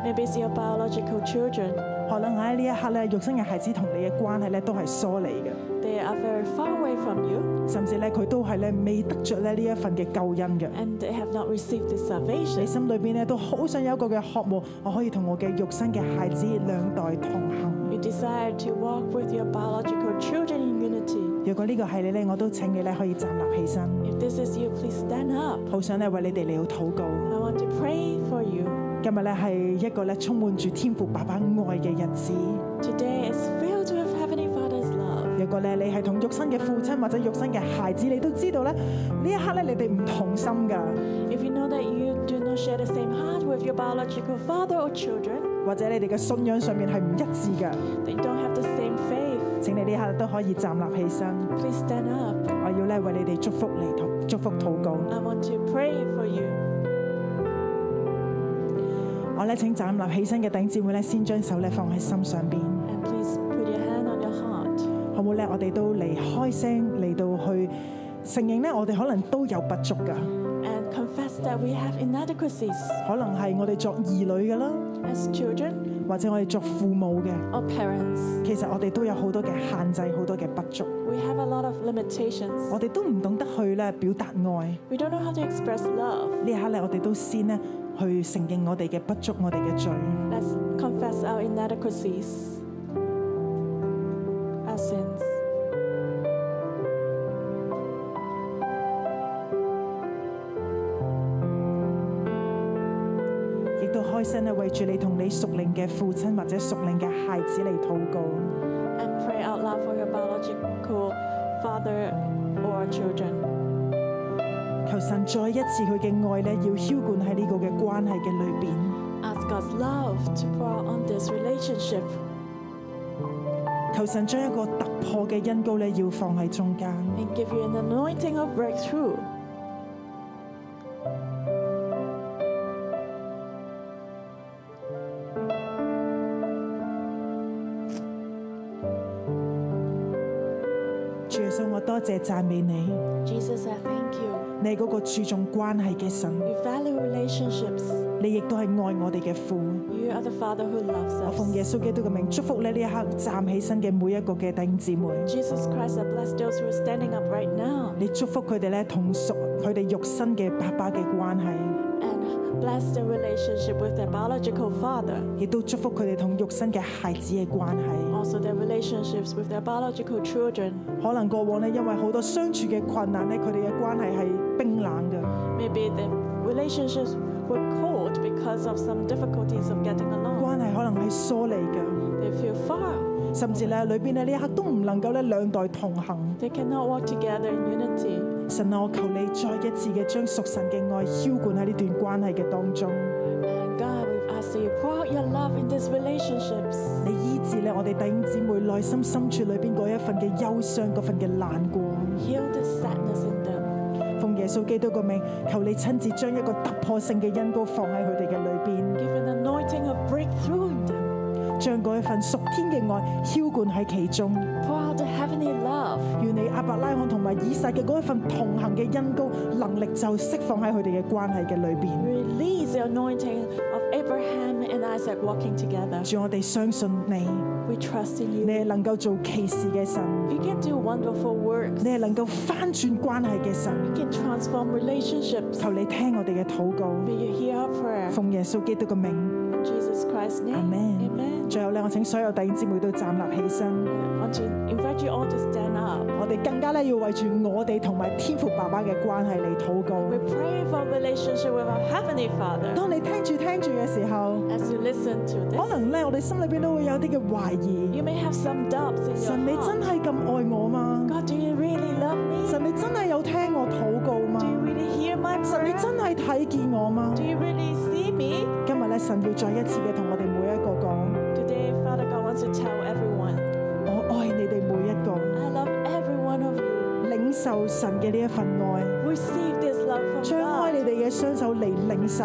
Speaker 2: Maybe it's your biological children.
Speaker 8: 可能喺呢一刻咧，肉身嘅孩子同你嘅關係咧都係疏離嘅，
Speaker 2: They are very far away from you
Speaker 8: 甚至咧佢都係咧未得着咧呢一份嘅救恩嘅。
Speaker 2: and they have not received the
Speaker 8: 你
Speaker 2: salvation.
Speaker 8: 心裏邊咧都好想有一個嘅渴望，我可以同我嘅肉身嘅孩子兩代同行。
Speaker 2: You desire to walk with your biological children in unity.
Speaker 8: 若果呢個係你咧，我都請你咧可以站立起身，
Speaker 2: If this is you, please stand up.
Speaker 8: 好想咧為你哋嚟到禱告。
Speaker 2: I want to pray for you.
Speaker 8: 今日咧係一個咧充滿住天父爸爸愛嘅日子。
Speaker 2: Today is filled with Heavenly Father's love.
Speaker 8: 若果咧你係同肉身嘅父親或者肉身嘅孩子，你都知道咧呢一刻咧你哋唔同心㗎，
Speaker 2: If you know that you do not share the same heart with your biological father or children,
Speaker 8: 或者你哋嘅信仰上面係唔一致㗎。
Speaker 2: they don't have the same faith,
Speaker 8: 請你呢一刻都可以站立起身，
Speaker 2: please stand up.
Speaker 8: 我要咧為你哋祝福嚟禱祝福禱告。
Speaker 2: I want to pray for you.
Speaker 8: 我咧請站立起身嘅弟兄姊妹咧，先將手咧放喺心上邊，
Speaker 2: And please put your hand on your heart.
Speaker 8: 好唔好咧？我哋都嚟開聲嚟到去承認咧，我哋可能都有不足㗎，
Speaker 2: And confess that we have inadequacies
Speaker 8: 可能係我哋作兒女㗎啦，
Speaker 2: as children
Speaker 8: 或者我哋作父母嘅，
Speaker 2: or parents.
Speaker 8: 其實我哋都有好多嘅限制，好多嘅不足。
Speaker 2: We have a lot of limitations.
Speaker 8: 我哋都唔懂得去咧表達愛。
Speaker 2: We don't know how to express love.
Speaker 8: 呢一刻咧，我哋都先咧去承認我哋嘅不足，我哋嘅罪。
Speaker 2: Let's confess our inadequacies, our sins.
Speaker 8: 亦都開聲咧，為住你同你屬靈嘅父親或者屬靈嘅孩子嚟禱告。
Speaker 2: and pray out loud for your biological father or children.
Speaker 8: 求神再一次佢嘅愛咧，要澆灌喺呢個嘅關係嘅裏邊。
Speaker 2: Ask God's love to pour out on this relationship.
Speaker 8: 求神將一個突破嘅恩膏咧，要放喺中間。
Speaker 2: and give you an anointing of breakthrough.
Speaker 8: 主耶穌，我多謝讚美你，
Speaker 9: Jesus, I thank you.
Speaker 8: 你係嗰個注重關係嘅神，
Speaker 2: You value relationships.
Speaker 8: 你亦都係愛我哋嘅父。
Speaker 2: You are the Father who loves
Speaker 8: 我
Speaker 2: us.
Speaker 8: 奉耶穌基督嘅名祝福你呢一刻站起身嘅每一個嘅弟兄姊妹，
Speaker 2: Jesus Christ, I bless those who are standing up right now
Speaker 8: 你祝福佢哋咧同屬佢哋肉身嘅爸爸嘅關係，
Speaker 2: and bless their relationship with their biological father,
Speaker 8: 亦都祝福佢哋同肉身嘅孩子嘅關係。
Speaker 2: also their relationships with their biological children.
Speaker 8: 可能過往呢，因為好多相處嘅困難咧，佢哋嘅關係係冰冷嘅，
Speaker 2: Maybe the relationships were cold because of some difficulties of getting along.
Speaker 8: 關係可能係疏離嘅，
Speaker 2: They feel far.
Speaker 8: 甚至咧裏邊咧呢一刻都唔能夠咧兩代同行。
Speaker 2: They cannot walk together in unity.
Speaker 8: 神啊，我求你再一次嘅將屬神嘅愛澆灌喺呢段關係嘅當中，
Speaker 2: And God, we ask that you pour out your love in these relationships.
Speaker 8: 你醫治咧我哋弟兄姊妹內心深處裏邊嗰一份嘅憂傷，嗰份嘅難過。
Speaker 2: Heal the sadness in them.
Speaker 8: 奉耶穌基督個名，求你親自將一個突破性嘅恩膏放喺佢哋嘅裏邊，
Speaker 2: Give an anointing of breakthrough in them.
Speaker 8: 將嗰一份屬天嘅愛澆灌喺其中。
Speaker 2: Pour out the heavenly love.
Speaker 8: 願你阿伯拉罕同埋以撒嘅嗰一份同行嘅恩膏能力就釋放喺佢哋嘅關係嘅裏邊。
Speaker 2: Release the anointing of Abraham and Isaac walking together.
Speaker 8: 主，我哋相信你，
Speaker 2: We trust in
Speaker 8: 你
Speaker 2: you.
Speaker 8: 係能夠做奇事嘅神，
Speaker 2: You can do wonderful works.
Speaker 8: 你係能夠翻轉關係嘅神。
Speaker 2: You can transform relationships.
Speaker 8: 求你聽我哋嘅禱告，
Speaker 2: May you hear our prayer.
Speaker 8: 奉耶穌基督嘅名，
Speaker 2: In Jesus Christ's name.
Speaker 8: Amen.
Speaker 2: Amen.
Speaker 8: 最後咧，我請所有弟兄姊妹都站立起身，
Speaker 2: I want to invite you all to stand up.
Speaker 8: 我哋更加咧要為住我哋同埋天父爸爸嘅關係嚟禱告。
Speaker 2: We pray for relationship with our Heavenly Father.
Speaker 8: 當你聽住聽住嘅時候，
Speaker 2: As you listen to
Speaker 8: 可
Speaker 2: this,
Speaker 8: 能咧我哋心裏邊都會有啲嘅懷疑：
Speaker 2: you may have some doubts in
Speaker 8: 神，
Speaker 2: your
Speaker 8: 你真
Speaker 2: heart.
Speaker 8: 係咁愛我嗎？
Speaker 2: God, do you really love me?
Speaker 8: 神，你真係有聽我禱告
Speaker 2: Do you
Speaker 8: 嗎？
Speaker 2: really hear my
Speaker 8: 神，你
Speaker 2: prayer?
Speaker 8: 真係睇見我嗎
Speaker 2: Do？you really see me?
Speaker 8: 今日咧，神要再一次嘅同我哋每一個講：
Speaker 2: Today, Father God wants to tell everyone,
Speaker 8: 我愛你哋每一個，
Speaker 2: I love every one of you.
Speaker 8: 領受神嘅呢一份愛。
Speaker 2: Receive this love from
Speaker 8: 張開
Speaker 2: God.
Speaker 8: 你哋嘅雙手嚟領受，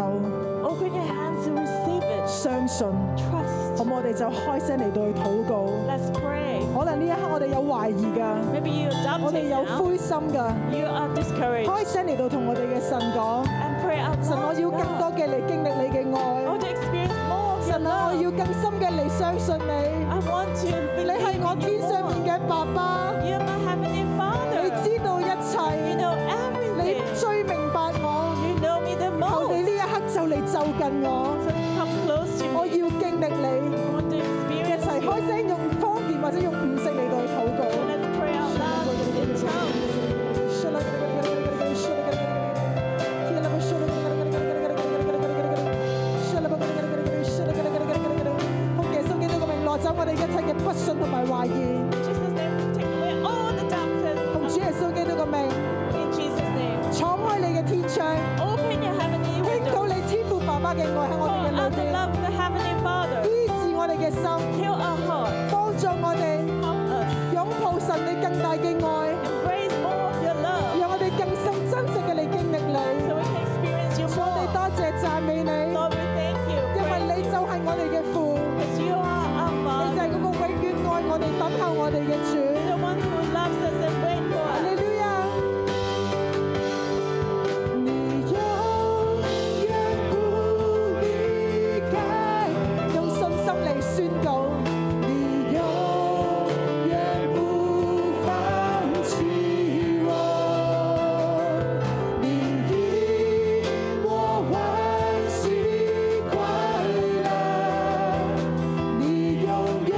Speaker 2: Open your hands and receive it.
Speaker 8: 相信，好
Speaker 2: Trust.
Speaker 8: 唔好？我哋就開聲嚟到去禱告。
Speaker 2: Let's pray.
Speaker 8: 可能呢一刻我哋有懷疑㗎，
Speaker 2: Maybe you're
Speaker 8: 我哋
Speaker 2: doubting
Speaker 8: 有
Speaker 2: now.
Speaker 8: 灰心㗎，
Speaker 2: You are discouraged.
Speaker 8: 開聲嚟到同我哋嘅神講：
Speaker 2: And pray out
Speaker 8: 神，我
Speaker 2: loud
Speaker 8: 要
Speaker 2: to
Speaker 8: 更
Speaker 2: God.
Speaker 8: 多嘅嚟經歷你嘅
Speaker 2: I
Speaker 8: 愛
Speaker 2: want，to experience more of your
Speaker 8: 神啊，我
Speaker 2: love.
Speaker 8: 要更深嘅嚟相信你，
Speaker 2: I want to
Speaker 8: 你
Speaker 2: believe
Speaker 8: 係我
Speaker 2: in
Speaker 8: 天
Speaker 2: you
Speaker 8: 上
Speaker 2: more.
Speaker 8: 面嘅爸爸，
Speaker 2: You're my heavenly
Speaker 8: 你
Speaker 2: Father.
Speaker 8: 知道一
Speaker 2: You
Speaker 8: 切，
Speaker 2: know
Speaker 8: 你
Speaker 2: everything.
Speaker 8: 最明白我，
Speaker 2: You know me the
Speaker 8: 求你
Speaker 2: most.
Speaker 8: 呢一刻就嚟就近我，
Speaker 2: So come close to
Speaker 8: 我
Speaker 2: me.
Speaker 8: 要經歷你。
Speaker 2: I want to
Speaker 8: 一
Speaker 2: experience
Speaker 8: 齊
Speaker 2: you.
Speaker 8: 開聲用方言或者用五聲嚟到去禱告。
Speaker 2: Let's pray out loud in tongues.
Speaker 8: 奉耶穌基督嘅名，攞走我哋一切嘅不信同埋懷疑。
Speaker 2: In Jesus' name, take away all the doubts
Speaker 8: 奉主
Speaker 2: and
Speaker 8: 耶穌基督嘅名，
Speaker 2: in Jesus' name.
Speaker 8: 敞開你嘅天窗，
Speaker 2: Open your
Speaker 8: 聽
Speaker 2: heavenly
Speaker 8: 到
Speaker 2: window.
Speaker 8: 你天父爸爸嘅愛喺我
Speaker 2: Pour
Speaker 8: 哋
Speaker 2: out
Speaker 8: 嘅
Speaker 2: the
Speaker 8: 裏邊，
Speaker 2: love of the Heavenly Father.
Speaker 8: 醫治我哋嘅心，
Speaker 2: Heal our heart.
Speaker 8: 幫助我哋
Speaker 2: Help us.
Speaker 8: 擁抱神你更大嘅愛，
Speaker 2: Embrace more of your love
Speaker 8: 讓我哋更深真實嘅嚟經歷你。
Speaker 2: so we can experience you
Speaker 8: 我哋
Speaker 2: more.
Speaker 8: 多謝讚美你，
Speaker 2: Lord, we thank you.
Speaker 8: 因為你就係我哋嘅父，
Speaker 2: Because you are
Speaker 8: 你
Speaker 2: our
Speaker 8: 就
Speaker 2: Father.
Speaker 8: 係嗰個永遠愛我哋、等候我哋嘅主。
Speaker 2: The one who loves us and waits for
Speaker 8: 哈
Speaker 2: us.
Speaker 8: 利路亞！你永遠不離開，用信心嚟宣告，你永遠不放棄我，你以我歡喜快樂，你永遠不停。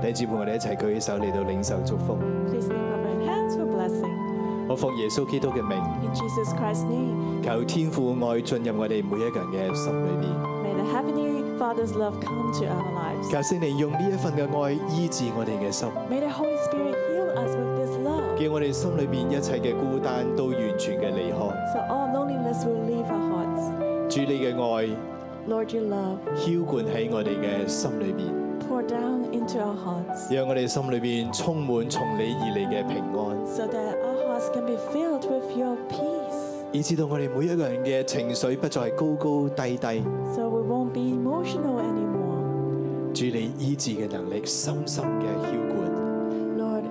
Speaker 1: 弟兄姊妹，我哋一齊舉起手嚟到領受祝福。
Speaker 2: Please lift up your hands for blessing.
Speaker 1: 我奉耶穌基督嘅名，
Speaker 2: In Jesus Christ's name,
Speaker 1: 求天父愛進入我哋每一個人嘅心裏面。
Speaker 2: may the Heavenly Father's love come to our lives.
Speaker 1: 求聖靈用呢一份嘅愛醫治我哋嘅心，
Speaker 2: May the Holy Spirit heal us with this love
Speaker 1: 叫我哋心裏面一切嘅孤單都完全嘅離開。
Speaker 2: so all loneliness will leave our hearts.
Speaker 1: 主你嘅愛
Speaker 2: Lord, your love
Speaker 1: 澆灌喺我哋嘅心裏面，
Speaker 2: pour down into our hearts
Speaker 1: 讓我哋心裏面充滿從你而嚟嘅平安，
Speaker 2: so that our hearts can be filled with your peace
Speaker 1: 以至到我哋每一個人嘅情緒不再高高低低。
Speaker 2: so we won't be emotional anymore.
Speaker 1: 主你醫治嘅能力深深嘅澆灌，
Speaker 2: Lord,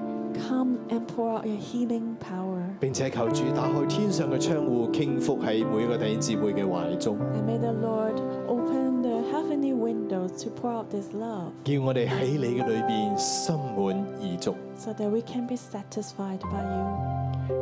Speaker 2: come and pour out your healing power.
Speaker 1: 並且求主打開天上嘅窗戶，傾覆喺每一個弟兄姊妹嘅懷中，
Speaker 2: And may the Lord open the heavenly windows to pour out this love
Speaker 1: 叫我哋喺你嘅裏邊心滿意足。
Speaker 2: so that we can be satisfied by you.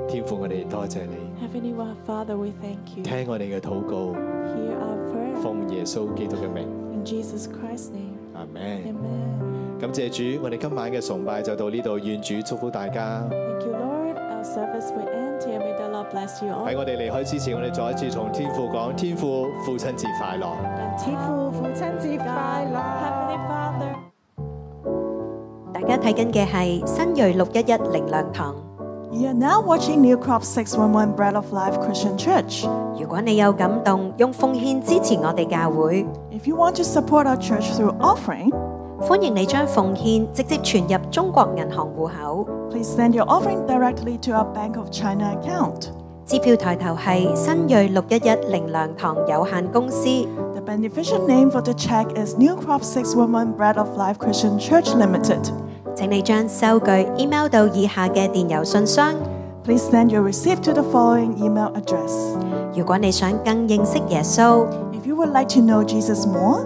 Speaker 1: 天父，我哋多謝你，
Speaker 2: Heavenly Father, we thank you.
Speaker 1: 聽我哋嘅禱告，
Speaker 2: Hear our prayer
Speaker 1: 奉耶穌基督嘅名，
Speaker 2: in Jesus Christ's name.
Speaker 1: 阿門。
Speaker 2: Amen.
Speaker 1: 感謝主，我哋今晚嘅崇拜就到呢度，願主祝福大家。
Speaker 2: Thank you, Lord. Our service will end here. May the Lord bless you all.
Speaker 1: 喺我哋離開之前，我哋再一次同天父講：天父，父親節快樂！
Speaker 8: 似乎父親節快
Speaker 2: God,
Speaker 8: 樂。
Speaker 2: Heavenly Father.
Speaker 10: 大家睇緊嘅係新锐六一一靈糧堂。
Speaker 8: You're now watching New Crop 611 Bread of Life Christian Church.
Speaker 10: 如果你有感動，用奉獻支持我哋教會，
Speaker 8: If you want to support our church through offering,
Speaker 10: 歡迎你將奉獻直接存入中國銀行户口。
Speaker 8: please send your offering directly to our Bank of China account.
Speaker 10: 支票抬頭係新锐六一一靈糧堂有限公司。
Speaker 8: The beneficial name for the check is New Crop 611 Bread of Life Christian Church Limited.
Speaker 10: 請你將收據 email 到以下嘅電郵信箱。
Speaker 8: Please send your receipt to the following email address.
Speaker 10: 如果你想更認識耶穌，
Speaker 8: If you would like to know Jesus more,